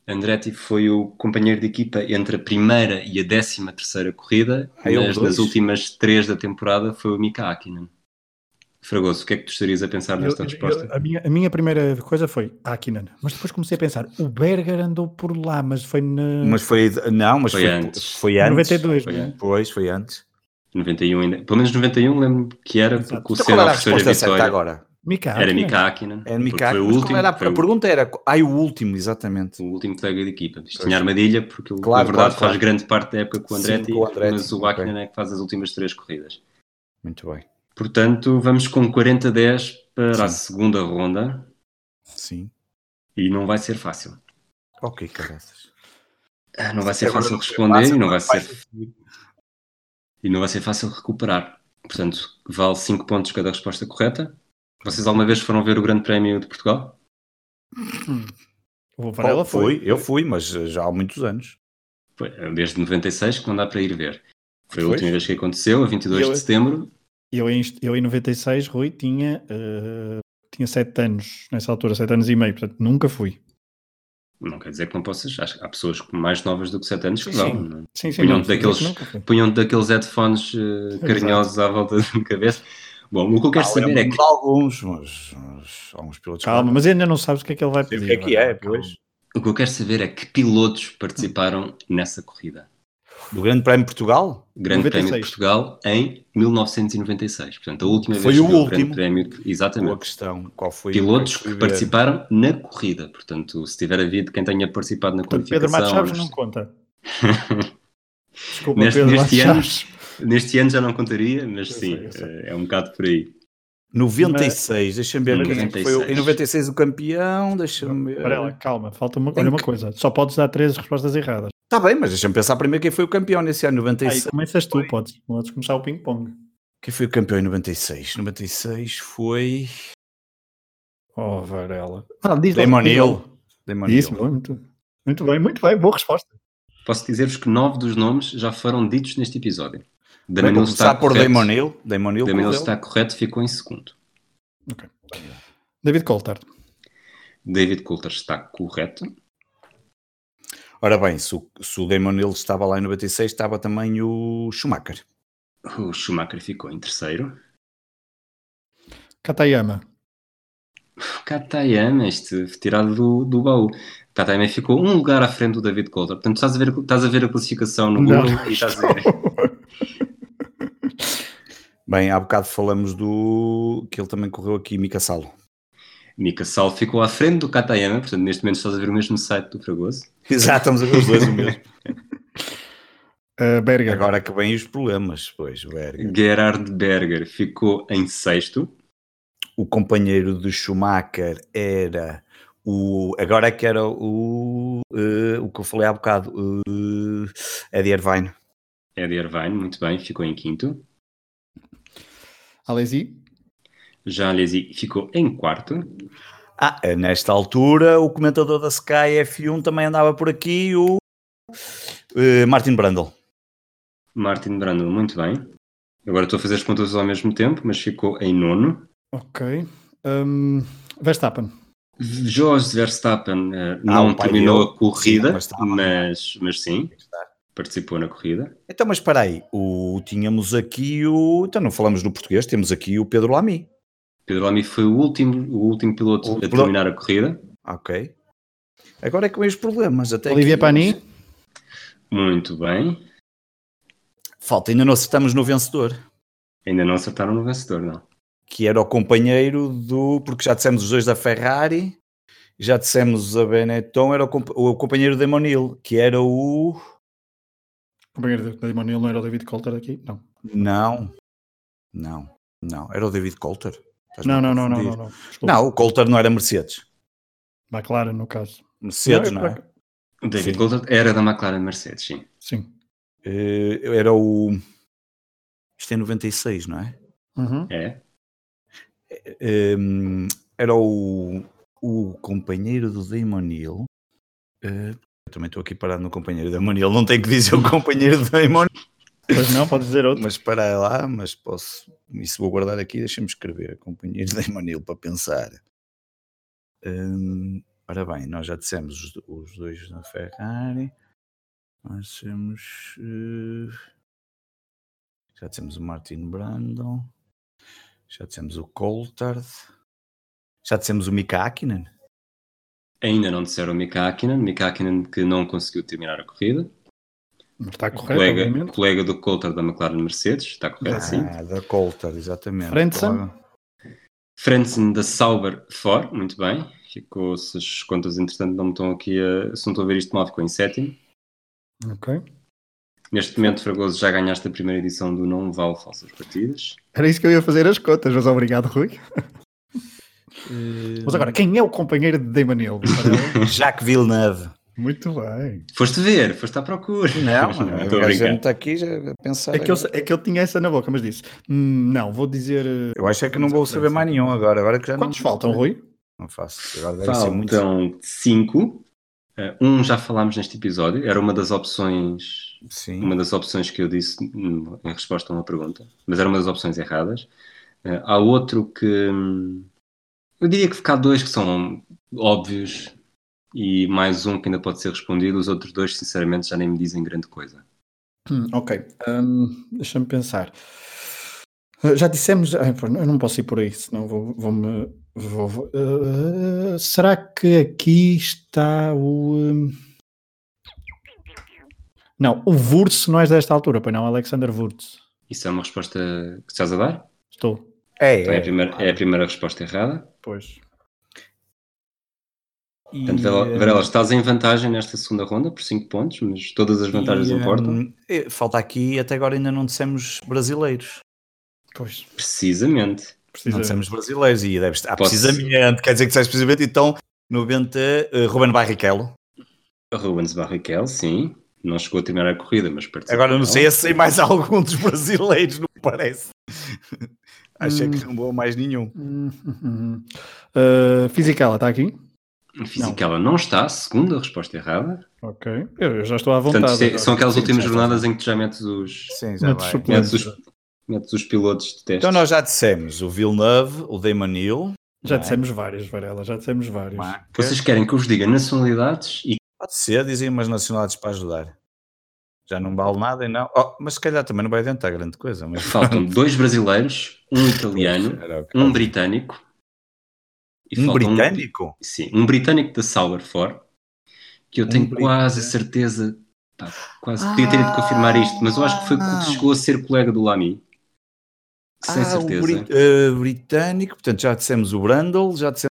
[SPEAKER 2] Andretti foi o companheiro de equipa entre a primeira e a décima terceira corrida,
[SPEAKER 1] Ah, ele
[SPEAKER 2] mas
[SPEAKER 1] dois?
[SPEAKER 2] nas últimas três da temporada foi o Mika Hakkinen. Fragoso, o que é que tu estarias a pensar
[SPEAKER 3] eu-
[SPEAKER 2] nesta
[SPEAKER 3] eu-
[SPEAKER 2] resposta?
[SPEAKER 3] a, minha, a minha primeira coisa foi Akinen. Mas depois comecei a pensar, o Berger andou por lá, mas foi na
[SPEAKER 1] Mas foi. Não, mas
[SPEAKER 2] Foi
[SPEAKER 1] foi,
[SPEAKER 2] antes.
[SPEAKER 1] Foi antes.
[SPEAKER 3] 92.
[SPEAKER 2] Foi
[SPEAKER 3] não é?
[SPEAKER 2] antes.
[SPEAKER 1] Pois, foi antes.
[SPEAKER 2] 91 ainda. Pelo menos 91 lembro que era
[SPEAKER 3] Exato.
[SPEAKER 2] porque o
[SPEAKER 1] Então, qual era a
[SPEAKER 2] Senna ofereceu a
[SPEAKER 1] resposta certa
[SPEAKER 2] vitória.
[SPEAKER 1] agora?
[SPEAKER 3] Mika
[SPEAKER 2] Era
[SPEAKER 3] Hakkinen.
[SPEAKER 2] Mika Hakkinen.
[SPEAKER 1] É
[SPEAKER 2] porque
[SPEAKER 1] Mika.
[SPEAKER 2] Foi o
[SPEAKER 1] mas qual
[SPEAKER 2] último,
[SPEAKER 1] era a,
[SPEAKER 2] foi
[SPEAKER 1] a
[SPEAKER 2] o-
[SPEAKER 1] pergunta era. Ai, o último, exatamente.
[SPEAKER 2] o último colega de equipa. Isto
[SPEAKER 1] Pois.
[SPEAKER 2] tinha armadilha, porque ele,
[SPEAKER 1] Claro,
[SPEAKER 2] na
[SPEAKER 1] claro,
[SPEAKER 2] verdade
[SPEAKER 1] claro.
[SPEAKER 2] faz grande parte da época com o
[SPEAKER 1] Sim,
[SPEAKER 2] Andretti,
[SPEAKER 1] com o Andretti,
[SPEAKER 2] mas o
[SPEAKER 1] ok.
[SPEAKER 2] Hakkinen é que faz as últimas três corridas.
[SPEAKER 1] Muito bem.
[SPEAKER 2] Portanto, vamos com 40-10 para a
[SPEAKER 1] Sim.
[SPEAKER 2] segunda ronda
[SPEAKER 1] Sim.
[SPEAKER 2] e não vai ser fácil.
[SPEAKER 1] Ok, caraças.
[SPEAKER 2] Ah, Não vai ser
[SPEAKER 1] Agora
[SPEAKER 2] fácil
[SPEAKER 1] não foi
[SPEAKER 2] responder
[SPEAKER 1] fácil,
[SPEAKER 2] e não vai
[SPEAKER 1] mas vai
[SPEAKER 2] ser e não vai ser fácil recuperar. Portanto, vale 5 pontos cada resposta correta. Vocês alguma vez foram ver o Grande Prémio de Portugal?
[SPEAKER 3] O Varela
[SPEAKER 1] Oh,
[SPEAKER 3] foi.
[SPEAKER 1] Eu fui, mas eh, já há muitos anos.
[SPEAKER 2] Foi, eh, Desde 96 que não dá para ir ver. Foi
[SPEAKER 1] Pois.
[SPEAKER 2] a
[SPEAKER 1] é-
[SPEAKER 2] última vez que aconteceu, a 22
[SPEAKER 3] E eu-
[SPEAKER 2] de setembro.
[SPEAKER 3] Eu em, eu em 96, Rui, tinha, eh, tinha 7 anos, nessa altura, 7 anos e meio, portanto nunca fui.
[SPEAKER 2] Não quer dizer que não possas. Acho que há pessoas mais novas do que 7 anos que
[SPEAKER 3] Sim,
[SPEAKER 2] vão.
[SPEAKER 3] sim.
[SPEAKER 2] não-
[SPEAKER 3] Sim, sim,
[SPEAKER 1] um
[SPEAKER 2] Punham
[SPEAKER 3] não,
[SPEAKER 2] daqueles-
[SPEAKER 3] nunca fui.
[SPEAKER 2] Punham-te daqueles headphones eh, carinhosos à volta da cabeça. Bom, o que eu quero
[SPEAKER 1] Ah,
[SPEAKER 2] saber é
[SPEAKER 1] lembro-me
[SPEAKER 2] que
[SPEAKER 1] de alguns, mas, mas há uns pilotos. que
[SPEAKER 3] Calma,
[SPEAKER 1] não
[SPEAKER 3] mas ainda não sabes o que é que ele vai
[SPEAKER 1] sei
[SPEAKER 3] pedir.
[SPEAKER 1] o que é que
[SPEAKER 3] Varela,
[SPEAKER 1] é, pois.
[SPEAKER 3] calma.
[SPEAKER 2] O que eu quero saber é que pilotos participaram nessa corrida.
[SPEAKER 1] Do Grande Prémio de Portugal?
[SPEAKER 2] Grande
[SPEAKER 3] 96.
[SPEAKER 2] Prémio de Portugal em 1996. Portanto, a última
[SPEAKER 1] Foi
[SPEAKER 2] vez
[SPEAKER 1] o
[SPEAKER 2] que houve
[SPEAKER 1] último.
[SPEAKER 2] Grande Prémio,
[SPEAKER 1] Boa
[SPEAKER 2] exatamente.
[SPEAKER 1] questão. Qual foi
[SPEAKER 2] Pilotos
[SPEAKER 1] qual foi
[SPEAKER 2] que
[SPEAKER 1] ver?
[SPEAKER 2] participaram na corrida. Portanto, se tiver havido quem tenha participado na
[SPEAKER 3] Portanto, Pedro Matos
[SPEAKER 2] qualificação.
[SPEAKER 3] Chaves não conta. Desculpa,
[SPEAKER 2] Neste-
[SPEAKER 3] Pedro
[SPEAKER 2] neste
[SPEAKER 3] Matos
[SPEAKER 2] ano-
[SPEAKER 3] Chaves.
[SPEAKER 2] Neste ano já não contaria, mas
[SPEAKER 3] Eu
[SPEAKER 2] sim,
[SPEAKER 3] sei, eu sei.
[SPEAKER 2] eh, é um bocado por aí.
[SPEAKER 1] 96, deixa-me ver
[SPEAKER 2] Em
[SPEAKER 1] quem é que foi. o- Em
[SPEAKER 2] 96.
[SPEAKER 1] 96 o campeão, deixa-me
[SPEAKER 3] Varela,
[SPEAKER 1] ver.
[SPEAKER 3] calma, falta uma,
[SPEAKER 1] eh, Tem
[SPEAKER 3] olha uma
[SPEAKER 1] que-
[SPEAKER 3] coisa. Só podes dar três respostas erradas.
[SPEAKER 1] Está Tá bem, mas deixa-me pensar primeiro quem foi o campeão nesse ano,
[SPEAKER 3] Aí
[SPEAKER 1] 96.
[SPEAKER 3] começas tu, podes, podes começar o ping-pong.
[SPEAKER 1] Quem foi o campeão em 96? 96 foi...
[SPEAKER 3] Oh, Varela. Ah, diz lá.
[SPEAKER 1] Damon
[SPEAKER 3] Diz lá.
[SPEAKER 1] Hill. Damon
[SPEAKER 3] Isso,
[SPEAKER 1] Hill.
[SPEAKER 3] bom, muito, muito bem, muito bem, boa resposta.
[SPEAKER 2] Posso dizer-vos que nove dos nomes já foram ditos neste episódio.
[SPEAKER 1] Bem,
[SPEAKER 2] Damon
[SPEAKER 1] é vou
[SPEAKER 2] Hill está
[SPEAKER 1] começar por
[SPEAKER 2] correto.
[SPEAKER 1] Damon Hill. Damon Hill.
[SPEAKER 2] Damon Hill
[SPEAKER 1] correu.
[SPEAKER 2] está correto, ficou em segundo.
[SPEAKER 3] David Coulthard.
[SPEAKER 2] David Coulter está correto.
[SPEAKER 1] Ora bem, se o, se o Damon Hill estava lá em 96, estava também o Schumacher.
[SPEAKER 2] O Schumacher ficou em terceiro.
[SPEAKER 3] Katayama.
[SPEAKER 2] Katayama, este tirado do, do baú. Katayama ficou um lugar à frente do David Coulter. Portanto, estás a ver, estás a ver a classificação no
[SPEAKER 3] Não,
[SPEAKER 2] Google e estás a ver.
[SPEAKER 1] Bem, há bocado falamos do... que ele também correu aqui, Mika Salo.
[SPEAKER 2] Mika Sal ficou à frente do Katayama. Portanto, neste momento estás a ver o mesmo site do Fragoso.
[SPEAKER 1] Exato, estamos a ver os dois o mesmo.
[SPEAKER 3] Uh, Berger.
[SPEAKER 1] Agora que vêm os problemas, pois, Berger.
[SPEAKER 2] Gerhard Berger ficou em sexto.
[SPEAKER 1] O companheiro de Schumacher era o. Agora é que era o. eh, o que eu falei há bocado, uh, Eddie Irvine.
[SPEAKER 2] Eddie Irvine, muito bem, ficou em quinto.
[SPEAKER 3] Alesi.
[SPEAKER 2] Jean Alesi ficou em quarto.
[SPEAKER 1] Ah, eh, nesta altura, o comentador da Sky F1 também andava por aqui, o. eh, Martin Brundle.
[SPEAKER 2] Martin Brando, muito bem. Agora estou a fazer as contas ao mesmo tempo, mas ficou em nono.
[SPEAKER 3] Ok. Um, Verstappen.
[SPEAKER 2] Jos Verstappen eh,
[SPEAKER 1] Ah,
[SPEAKER 2] não
[SPEAKER 1] o pai
[SPEAKER 2] terminou
[SPEAKER 1] dele.
[SPEAKER 2] a corrida,
[SPEAKER 1] Sim, mas estava.
[SPEAKER 2] mas, mas sim. participou na corrida.
[SPEAKER 1] Então, mas espera aí, o, tínhamos aqui o. Então, não falamos do português, temos aqui o Pedro Lamy.
[SPEAKER 2] Pedro Lamy foi o último, o último piloto
[SPEAKER 1] O
[SPEAKER 2] a
[SPEAKER 1] piloto-
[SPEAKER 2] terminar a corrida.
[SPEAKER 1] Ok. Agora é que vem os problemas. Até
[SPEAKER 3] Olivia
[SPEAKER 1] aqui-
[SPEAKER 3] Panin,
[SPEAKER 2] Muito bem.
[SPEAKER 1] Falta, ainda não acertamos no vencedor,
[SPEAKER 2] Ainda não acertaram no vencedor, não.
[SPEAKER 1] que era o companheiro do. Porque já dissemos os dois da Ferrari, já dissemos a Benetton, era o, compa- o companheiro de Monil, que era o.
[SPEAKER 3] companheiro de Damon Hill, não era o David Coulter aqui? Não.
[SPEAKER 1] Não. Não. Não. Era o David Coulter. Estás-me a
[SPEAKER 3] Não, não, não, não,
[SPEAKER 1] confundir.
[SPEAKER 3] não. Não, Desculpa.
[SPEAKER 1] Não, o Coulter não era Mercedes.
[SPEAKER 3] McLaren, no caso.
[SPEAKER 1] Mercedes, não,
[SPEAKER 3] Não, é
[SPEAKER 1] é?
[SPEAKER 3] por
[SPEAKER 2] O David
[SPEAKER 1] Sim.
[SPEAKER 2] Coulthard era da McLaren Mercedes, sim.
[SPEAKER 3] Sim.
[SPEAKER 1] Eh, era o. Isto é 96, não é?
[SPEAKER 3] Uhum.
[SPEAKER 2] É.
[SPEAKER 1] Ehm, era o, o companheiro do Damon Hill. Eh, eu também estou aqui parado no companheiro do Damon Hill. Não tenho que dizer o companheiro do Damon Hill,
[SPEAKER 3] Pois não, pode dizer outro.
[SPEAKER 1] mas para lá, mas posso. Isso vou guardar aqui, deixa-me escrever. Companheiro do Damon Hill para pensar. Ehm, ora bem, nós já dissemos os, do- os dois na Ferrari. Nós temos. eh, já dissemos o Martin Brandon. Já dissemos o Coulthard. Já dissemos o Mika Hakkinen.
[SPEAKER 2] Ainda não disseram o Mika Hakkinen. Mika Hakkinen que não conseguiu terminar a corrida.
[SPEAKER 3] Mas está correto,
[SPEAKER 2] Colega,
[SPEAKER 3] obviamente.
[SPEAKER 2] colega do Coulthard da McLaren Mercedes. Está correto, sim.
[SPEAKER 1] Ah, da Coulthard, exatamente.
[SPEAKER 3] Frentzen?
[SPEAKER 1] Claro.
[SPEAKER 2] Frentzen da Sauber for, muito bem. Ficou, se as contas entretanto não me estão aqui a. Se não estou a ver isto mal, ficou em sétimo.
[SPEAKER 3] Ok.
[SPEAKER 2] Neste momento, Fragoso, já ganhaste a primeira edição do Não Vale Falsas Partidas.
[SPEAKER 3] Era isso que eu ia fazer as contas, mas obrigado, Rui. Mas agora, quem é o companheiro de Damon Hill?
[SPEAKER 1] eh, Jacques Villeneuve.
[SPEAKER 3] Muito bem.
[SPEAKER 2] Foste ver, foste à procura. estou a
[SPEAKER 1] a gente
[SPEAKER 2] brincar.
[SPEAKER 1] está aqui já a pensar.
[SPEAKER 3] É que, eu,
[SPEAKER 1] agora.
[SPEAKER 3] é que eu tinha essa na boca, mas disse: "Hum, não, vou dizer. eh,
[SPEAKER 1] Eu acho é que não vou saber mais nenhum agora. agora que já não-
[SPEAKER 3] Quantos faltam, Rui?
[SPEAKER 1] Não faço. Agora deve ser muito.
[SPEAKER 2] Faltam cinco. Eh, Um já falámos neste episódio, era uma das opções,
[SPEAKER 1] Sim.
[SPEAKER 2] uma das opções que eu disse hum, em resposta a uma pergunta, mas era uma das opções erradas. Eh, Há outro que hum, eu diria que há dois que são óbvios e mais um que ainda pode ser respondido. Os outros dois, sinceramente, já nem me dizem grande coisa.
[SPEAKER 3] Hum, ok, Hum, deixa-me pensar. Uh, Já dissemos, ah, pô, eu não posso ir por aí, senão vou, vou me. vou- vou- uh, será que aqui está o. hum, Não, o Wurtz não é desta altura, pois não, Alexander Wurtz.
[SPEAKER 2] Isso é uma resposta que estás a dar?
[SPEAKER 3] Estou,
[SPEAKER 1] É,
[SPEAKER 2] Então É, a, primeira, é a primeira resposta errada.
[SPEAKER 3] pois. eh,
[SPEAKER 2] Portanto,
[SPEAKER 1] eh,
[SPEAKER 2] Varela, Varela, estás em vantagem nesta segunda ronda por 5 pontos, mas todas as vantagens importam.
[SPEAKER 1] eh, hum, Falta aqui, até agora ainda não dissemos brasileiros.
[SPEAKER 3] Pois,
[SPEAKER 2] Precisamente.
[SPEAKER 1] Não
[SPEAKER 3] precisa.
[SPEAKER 1] dissemos brasileiros e deve estar. Ah,
[SPEAKER 2] Posso-
[SPEAKER 1] precisamente, quer dizer que disseste precisamente, então, 90, eh, Ruben Barrichello.
[SPEAKER 2] Rubens Barrichello, sim. Não chegou a terminar a corrida, mas participou.
[SPEAKER 1] Agora não sei se sei mais algum dos brasileiros, não me parece. Acho é que não vou mais nenhum.
[SPEAKER 3] Hum, hum, hum. Uh, Fisichella está aqui?
[SPEAKER 2] Fisichella não. está, segunda resposta errada.
[SPEAKER 3] Ok, eu, eu já estou à vontade.
[SPEAKER 2] Portanto, isto é-
[SPEAKER 3] agora.
[SPEAKER 2] são aquelas
[SPEAKER 1] Sim,
[SPEAKER 2] últimas
[SPEAKER 1] já está.
[SPEAKER 2] jornadas em que tu já metes os,
[SPEAKER 1] Sim,
[SPEAKER 3] já Não te vai. surpreende.
[SPEAKER 2] metes os, metes os pilotos de teste.
[SPEAKER 1] Então nós já dissemos o Villeneuve, o Damon Hill.
[SPEAKER 3] Já
[SPEAKER 1] não é?
[SPEAKER 3] dissemos vários, Varela, já dissemos vários.
[SPEAKER 1] Marca.
[SPEAKER 2] Vocês querem que eu vos diga nacionalidades e
[SPEAKER 1] Pode ser, dizem umas nacionalidades para ajudar. Já não vale nada e não. Oh, mas se calhar também não vai adiantar grande coisa. Mas
[SPEAKER 2] faltam dois brasileiros, um italiano,
[SPEAKER 1] Era o que-
[SPEAKER 2] um britânico. e
[SPEAKER 1] Um
[SPEAKER 2] falta
[SPEAKER 1] britânico?
[SPEAKER 2] Sim, um britânico da Sauber Ford, que eu tenho
[SPEAKER 1] britânico.
[SPEAKER 2] quase a certeza, pá, quase podia ter ido confirmar isto, mas eu acho que foi
[SPEAKER 1] Ah.
[SPEAKER 2] porque chegou a ser colega do Lamy. Sem
[SPEAKER 1] Ah, o
[SPEAKER 2] certeza.
[SPEAKER 1] brit- eh, britânico, portanto já dissemos o Brandel, já dissemos.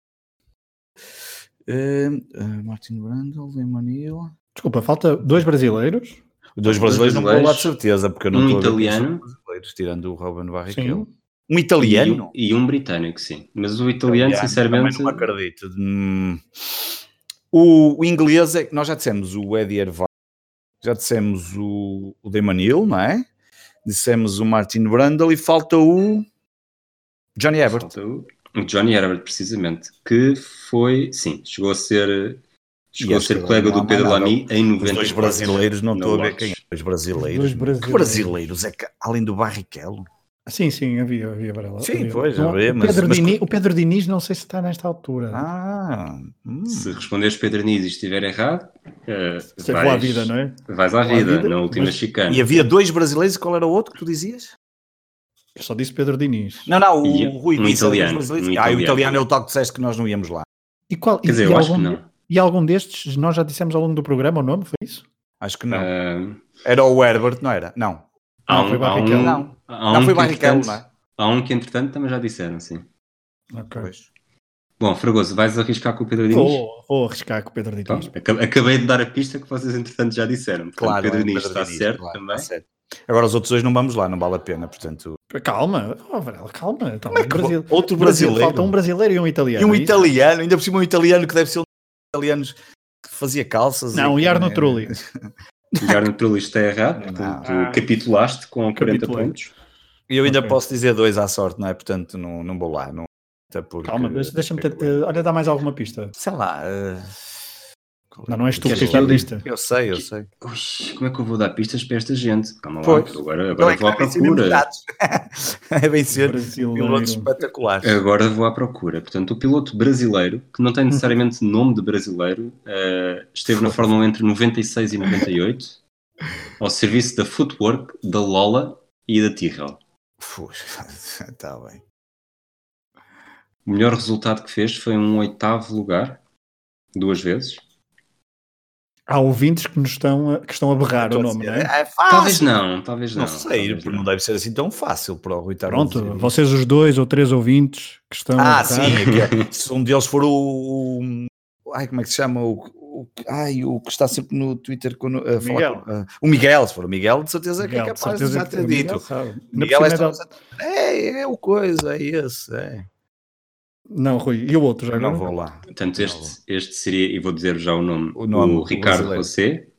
[SPEAKER 1] Eh, eh, Martin Brandel, Damon Hill.
[SPEAKER 3] Desculpa, falta dois brasileiros.
[SPEAKER 1] Dois
[SPEAKER 2] brasileiros
[SPEAKER 1] brasileiros não vou lá
[SPEAKER 2] brasileiros,
[SPEAKER 1] de certeza, porque eu não
[SPEAKER 2] Um
[SPEAKER 1] estou a ver quem são
[SPEAKER 2] italiano
[SPEAKER 1] os brasileiros, tirando o Ruben Barrichello.
[SPEAKER 3] Sim.
[SPEAKER 1] Um italiano?
[SPEAKER 2] E, e um britânico, sim. Mas o italiano, sinceramente,
[SPEAKER 1] Também não acredito. Hum. O, o inglês é que nós já dissemos o Eddie Irvine, já dissemos o, o Damon Hill, não é? Dissemos o Martin Brandel e falta o Johnny Ebert.
[SPEAKER 2] falta o o Johnny Herbert, precisamente, que foi, sim, chegou a ser, chegou a
[SPEAKER 1] acho
[SPEAKER 2] ser
[SPEAKER 1] que
[SPEAKER 2] colega
[SPEAKER 1] não há
[SPEAKER 2] do Pedro
[SPEAKER 1] mais nada.
[SPEAKER 2] Lamy em 90.
[SPEAKER 1] Os dois brasileiros, não
[SPEAKER 2] No
[SPEAKER 1] estou a ver
[SPEAKER 2] Lodge.
[SPEAKER 1] quem é. Os brasileiros.
[SPEAKER 3] Dois
[SPEAKER 1] mano.
[SPEAKER 3] brasileiros.
[SPEAKER 1] Que brasileiros é que, além do Barrichello?
[SPEAKER 3] Sim, sim, havia, havia Varela.
[SPEAKER 1] Sim,
[SPEAKER 3] havia.
[SPEAKER 1] pois,
[SPEAKER 3] Não,
[SPEAKER 1] havia,
[SPEAKER 3] o,
[SPEAKER 1] mas-
[SPEAKER 3] Pedro
[SPEAKER 1] mas-
[SPEAKER 3] Diniz, o Pedro É. Diniz não sei se está nesta altura.
[SPEAKER 1] Ah, hum.
[SPEAKER 2] Se responderes Pedro Niz e estiver errado, eh,
[SPEAKER 3] Você
[SPEAKER 2] vais-
[SPEAKER 3] vai à vida, não é?
[SPEAKER 2] Vais à
[SPEAKER 3] Vou à
[SPEAKER 2] vida,
[SPEAKER 3] vida,
[SPEAKER 2] na última
[SPEAKER 3] mas-
[SPEAKER 2] chicana.
[SPEAKER 1] E havia dois brasileiros e qual era o outro que tu dizias?
[SPEAKER 3] Eu É só disse Pedro Diniz.
[SPEAKER 1] Não, não, o
[SPEAKER 2] E-
[SPEAKER 1] Rui disse, era
[SPEAKER 2] um
[SPEAKER 1] dois
[SPEAKER 2] italiano,
[SPEAKER 1] brasileiros. ah,
[SPEAKER 2] um
[SPEAKER 1] o
[SPEAKER 2] italiano.
[SPEAKER 1] italiano é o tal que disseste que nós não íamos lá.
[SPEAKER 3] E qual?
[SPEAKER 2] Quer dizer,
[SPEAKER 3] e,
[SPEAKER 2] eu acho
[SPEAKER 3] algum,
[SPEAKER 2] que não.
[SPEAKER 3] e algum destes nós já dissemos ao longo do programa o nome, foi isso?
[SPEAKER 1] Acho que não.
[SPEAKER 2] Ah,
[SPEAKER 1] Era o Herbert, não era? Não.
[SPEAKER 2] há
[SPEAKER 3] Não,
[SPEAKER 2] um-
[SPEAKER 3] Ah, foi
[SPEAKER 2] há um-
[SPEAKER 3] Barrichello.
[SPEAKER 1] Não.
[SPEAKER 2] há um
[SPEAKER 1] não foi
[SPEAKER 2] que,
[SPEAKER 1] Barrichello,
[SPEAKER 2] entretanto,
[SPEAKER 1] não é?
[SPEAKER 2] Há um que, entretanto, também já disseram, sim.
[SPEAKER 3] Ok.
[SPEAKER 1] Pois. um
[SPEAKER 2] Bom, Fragoso, vais arriscar com o Pedro Diniz?
[SPEAKER 3] Vou, vou arriscar com o Pedro
[SPEAKER 2] Pá,
[SPEAKER 3] Diniz.
[SPEAKER 2] aca- Acabei de dar a pista que vocês, entretanto, já disseram. Portanto,
[SPEAKER 1] Claro,
[SPEAKER 2] Pedro
[SPEAKER 1] é,
[SPEAKER 2] Diniz está
[SPEAKER 1] Diniz,
[SPEAKER 2] certo
[SPEAKER 1] claro,
[SPEAKER 2] também.
[SPEAKER 1] está certo. Agora os outros dois não vamos lá, não vale a pena, portanto.
[SPEAKER 3] Calma, oh, Varela, calma. Então,
[SPEAKER 1] Como é que
[SPEAKER 3] Brasil-
[SPEAKER 1] Outro
[SPEAKER 3] Brasil,
[SPEAKER 1] brasileiro.
[SPEAKER 3] Falta um brasileiro e um italiano.
[SPEAKER 1] é E um
[SPEAKER 3] é isso?
[SPEAKER 1] italiano, ainda por cima um italiano que deve ser um dos italianos que fazia calças.
[SPEAKER 3] Não,
[SPEAKER 1] e
[SPEAKER 3] e Arno
[SPEAKER 1] É.
[SPEAKER 3] Trulli.
[SPEAKER 2] Ligar no teu lista é errado,
[SPEAKER 1] Não.
[SPEAKER 2] portanto,
[SPEAKER 3] Ah.
[SPEAKER 2] capitulaste com 40
[SPEAKER 3] Capitulei.
[SPEAKER 2] pontos.
[SPEAKER 1] E eu ainda
[SPEAKER 3] Ok.
[SPEAKER 1] posso dizer dois à sorte, não é? Portanto, não, não vou lá. Não... até porque-
[SPEAKER 3] Calma, deixa- deixa-me. tentar- Olha, dá mais alguma pista.
[SPEAKER 1] Sei lá. eh,
[SPEAKER 3] Não, não és tu que
[SPEAKER 1] Queres
[SPEAKER 3] tens de dar
[SPEAKER 1] que eu-
[SPEAKER 3] pista.
[SPEAKER 1] Eu sei, eu sei.
[SPEAKER 2] Ui, como é que eu vou dar pistas para esta gente? Calma lá,
[SPEAKER 1] Pois.
[SPEAKER 2] agora,
[SPEAKER 1] Não,
[SPEAKER 2] agora
[SPEAKER 1] é que
[SPEAKER 2] vou à
[SPEAKER 1] vai vencer mesmo
[SPEAKER 2] procura.
[SPEAKER 1] dados. É um vencer pilotos
[SPEAKER 3] Brasileiro.
[SPEAKER 1] espetaculares.
[SPEAKER 2] Agora vou à procura. Portanto, o piloto brasileiro, que não tem necessariamente nome de brasileiro, eh, esteve na Fórmula 1 entre 96 e 98, ao serviço da Footwork, da Lola e da Tyrrell.
[SPEAKER 1] Está tá bem.
[SPEAKER 2] O melhor resultado que fez foi um oitavo lugar, duas vezes.
[SPEAKER 3] Há ouvintes que nos estão a, que estão a berrar o nome, não é?
[SPEAKER 1] É fácil.
[SPEAKER 2] Talvez não, talvez não.
[SPEAKER 1] Não sei,
[SPEAKER 2] talvez
[SPEAKER 1] porque não deve ser assim tão fácil para o Rui Tarno dizer
[SPEAKER 3] Pronto, um
[SPEAKER 1] isso.
[SPEAKER 3] vocês os dois ou três ouvintes que estão a
[SPEAKER 1] Ah,
[SPEAKER 3] berrar.
[SPEAKER 1] sim, é que se um deles for o, o- Ai, como é que se chama? O, o- ai, o que está sempre no Twitter quando, a falar
[SPEAKER 3] Miguel.
[SPEAKER 1] com- ah, o Miguel, se for o Miguel, de certeza que é
[SPEAKER 3] Miguel, de
[SPEAKER 1] capaz de
[SPEAKER 3] certeza
[SPEAKER 1] já
[SPEAKER 3] que-
[SPEAKER 1] ter
[SPEAKER 3] o Miguel
[SPEAKER 1] dito.
[SPEAKER 3] sabe. Ainda por
[SPEAKER 1] Miguel
[SPEAKER 3] cima
[SPEAKER 1] é,
[SPEAKER 3] é da-
[SPEAKER 1] só- é, é o coisa, é esse. É.
[SPEAKER 3] Não, Rui, e o outro já
[SPEAKER 1] Eu não
[SPEAKER 3] agora?
[SPEAKER 1] vou lá.
[SPEAKER 2] Portanto,
[SPEAKER 1] Não
[SPEAKER 2] este, este seria, e vou dizer já o nome,
[SPEAKER 1] O
[SPEAKER 2] o,
[SPEAKER 1] nome, o
[SPEAKER 2] Ricardo
[SPEAKER 1] brasileiro.
[SPEAKER 2] Rosset.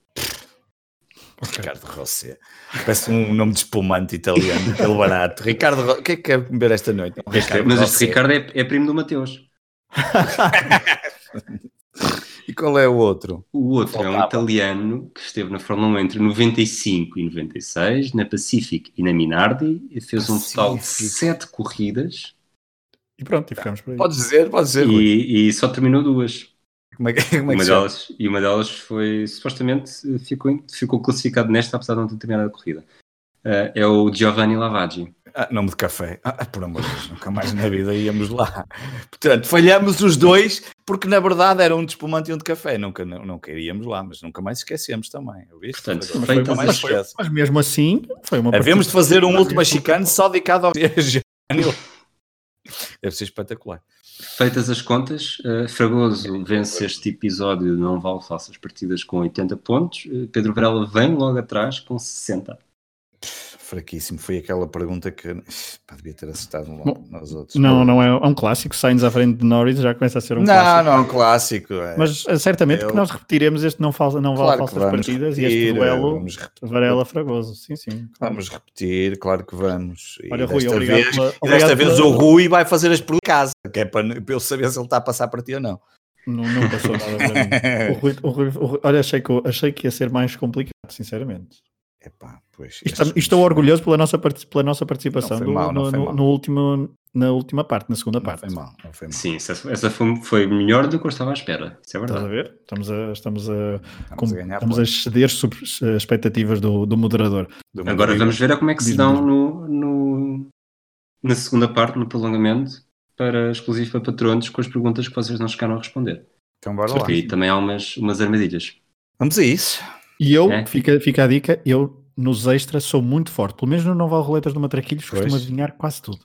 [SPEAKER 3] Ok.
[SPEAKER 1] Ricardo Rossé. Parece um nome de espumante italiano, aquele barato. Ricardo, Ro- o que é que quer comer esta noite? Um
[SPEAKER 2] Este é- mas este
[SPEAKER 1] Rossé.
[SPEAKER 2] Ricardo é, é primo do Mateus.
[SPEAKER 1] E qual é o outro?
[SPEAKER 2] O outro é um
[SPEAKER 1] Faltava.
[SPEAKER 2] italiano que esteve na Fórmula 1 entre 95 e 96, na Pacific e na Minardi, e fez um total de
[SPEAKER 1] Pacific.
[SPEAKER 2] sete corridas
[SPEAKER 3] E pronto, e ficamos por aí.
[SPEAKER 1] Podes dizer, podes dizer. Rui.
[SPEAKER 2] e, e só terminou duas.
[SPEAKER 1] Como é que, como é que
[SPEAKER 2] uma
[SPEAKER 1] se chama?
[SPEAKER 2] delas, e uma delas foi, supostamente, ficou, em- ficou classificado nesta, apesar de não ter terminado a corrida. Ah, é o Giovanni Lavaggi.
[SPEAKER 1] Ah, nome de café. Ah, ah, por amor de Deus, nunca mais na vida íamos lá. Portanto, falhamos os dois, porque na verdade era um de espumante e um de café. Nunca, não, nunca iríamos lá, mas nunca mais esquecemos também. Ouviste?
[SPEAKER 2] Portanto,
[SPEAKER 1] Nunca
[SPEAKER 3] feitas
[SPEAKER 1] mais
[SPEAKER 3] as-
[SPEAKER 1] esquece.
[SPEAKER 3] Mas mesmo assim, foi uma
[SPEAKER 1] Havemos de fazer um
[SPEAKER 3] Não,
[SPEAKER 1] último
[SPEAKER 3] eu-
[SPEAKER 1] chicane só dedicado ao Jânio. Deve ser espetacular.
[SPEAKER 2] Feitas as contas, eh,
[SPEAKER 1] É,
[SPEAKER 2] Fragoso vence este episódio de Não Vale Falsas Partidas com 80 pontos. Eh, Pedro Varela vem logo atrás com 60.
[SPEAKER 1] Fraquíssimo. Foi aquela pergunta que pá, devia ter acertado um
[SPEAKER 3] Bom,
[SPEAKER 1] nós outros.
[SPEAKER 3] Não, não é, é um clássico. Sainz à frente de Norris já começa a ser um
[SPEAKER 1] Não,
[SPEAKER 3] clássico.
[SPEAKER 1] não, um clássico. é.
[SPEAKER 3] Mas eh, certamente
[SPEAKER 1] Eu-
[SPEAKER 3] que nós repetiremos este não, fal... não vale
[SPEAKER 1] Claro que
[SPEAKER 3] falsas
[SPEAKER 1] vamos
[SPEAKER 3] partidas e
[SPEAKER 1] repetir, eh,
[SPEAKER 3] este duelo
[SPEAKER 1] Vamos, repetir,
[SPEAKER 3] Varela-Fragoso. Sim, sim.
[SPEAKER 1] vamos repetir, claro que vamos. E
[SPEAKER 3] Olha, Rui,
[SPEAKER 1] desta
[SPEAKER 3] obrigado
[SPEAKER 1] vez-
[SPEAKER 3] pela...
[SPEAKER 1] E
[SPEAKER 3] obrigado
[SPEAKER 1] desta vez
[SPEAKER 3] pela-
[SPEAKER 1] o Rui vai fazer as por casa, que é para, para eu saber se ele está a passar para ti ou não.
[SPEAKER 3] Não, não passou nada para mim. O Rui, o Rui- o Rui- olha, achei que, eu- achei que ia ser mais complicado, sinceramente.
[SPEAKER 1] Epá, pois,
[SPEAKER 3] E Estou,
[SPEAKER 1] estes-
[SPEAKER 3] estou orgulhoso pela nossa, parti- pela nossa
[SPEAKER 1] Não
[SPEAKER 3] participação
[SPEAKER 1] foi
[SPEAKER 3] do-
[SPEAKER 1] mal, não
[SPEAKER 3] no,
[SPEAKER 1] foi
[SPEAKER 3] no-
[SPEAKER 1] mal.
[SPEAKER 3] no último, na última parte, na segunda
[SPEAKER 1] Não
[SPEAKER 3] parte.
[SPEAKER 1] foi mal, não foi mal.
[SPEAKER 2] Sim, essa, essa foi, foi melhor do que eu estava à espera. Isso é
[SPEAKER 3] Estás
[SPEAKER 2] verdade.
[SPEAKER 3] a ver? Estamos a, estamos a,
[SPEAKER 1] Estamos
[SPEAKER 3] com-
[SPEAKER 1] a ganhar
[SPEAKER 3] estamos a exceder sobre as expectativas do, do moderador.
[SPEAKER 1] pontos.
[SPEAKER 2] Agora vamos ver a como é que se
[SPEAKER 3] Diz-me,
[SPEAKER 2] dão
[SPEAKER 3] diz-me.
[SPEAKER 2] no, no- na segunda parte, no prolongamento, para exclusivo para patronos, com as perguntas que vocês não chegaram a responder.
[SPEAKER 1] Então bora lá.
[SPEAKER 2] Porque aí também há umas, umas armadilhas.
[SPEAKER 1] Vamos a isso.
[SPEAKER 3] E eu,
[SPEAKER 2] É.
[SPEAKER 3] fica, fica a dica, eu nos extras sou muito forte. Pelo menos no Noval Roletas do Matraquilhos
[SPEAKER 1] Pois.
[SPEAKER 3] costumo adivinhar quase tudo.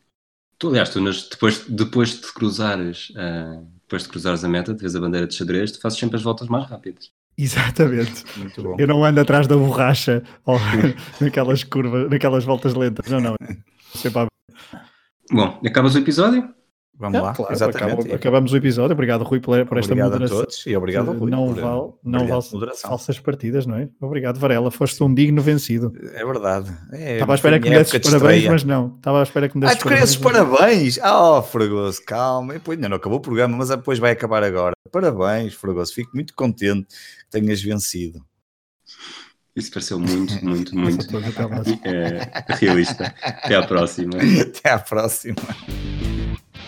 [SPEAKER 2] Tu, aliás, tu nas- depois, depois de cruzares. ah, depois de cruzares a meta, de vez a bandeira de xadrez, tu fazes sempre as voltas mais rápidas.
[SPEAKER 3] Exatamente.
[SPEAKER 1] Muito bom.
[SPEAKER 3] Eu não ando atrás da borracha ou naquelas curvas, naquelas voltas lentas. Não, não. Sempre à
[SPEAKER 2] Bom, acabas o episódio?
[SPEAKER 1] Vamos
[SPEAKER 3] Não,
[SPEAKER 1] lá,
[SPEAKER 3] Ah, claro,
[SPEAKER 1] exatamente.
[SPEAKER 3] acaba- acabamos o episódio. Obrigado, Rui, por, por esta
[SPEAKER 1] obrigado a
[SPEAKER 3] moderação.
[SPEAKER 1] todos e obrigado ao Rui.
[SPEAKER 3] não
[SPEAKER 1] por-
[SPEAKER 3] vale, não
[SPEAKER 1] obrigado
[SPEAKER 3] vale
[SPEAKER 1] por moderação.
[SPEAKER 3] falsas partidas, não é? Obrigado, Varela. Foste um digno vencido.
[SPEAKER 1] É verdade. É, foi
[SPEAKER 3] Estava à espera que
[SPEAKER 1] minha
[SPEAKER 3] me desses
[SPEAKER 1] época de
[SPEAKER 3] parabéns,
[SPEAKER 1] estreia.
[SPEAKER 3] mas não. Estava à espera que me
[SPEAKER 1] Ah,
[SPEAKER 3] desses
[SPEAKER 1] tu querias os
[SPEAKER 3] mas não.
[SPEAKER 1] parabéns? Oh, Fragoso, calma. E, pô, ainda não acabou o programa, mas depois vai acabar agora. Parabéns, Fragoso. Fico muito contente que tenhas vencido.
[SPEAKER 2] Isso pareceu muito, muito, muito
[SPEAKER 3] Até à próxima.
[SPEAKER 2] eh, realista. Até à próxima.
[SPEAKER 1] Até à próxima.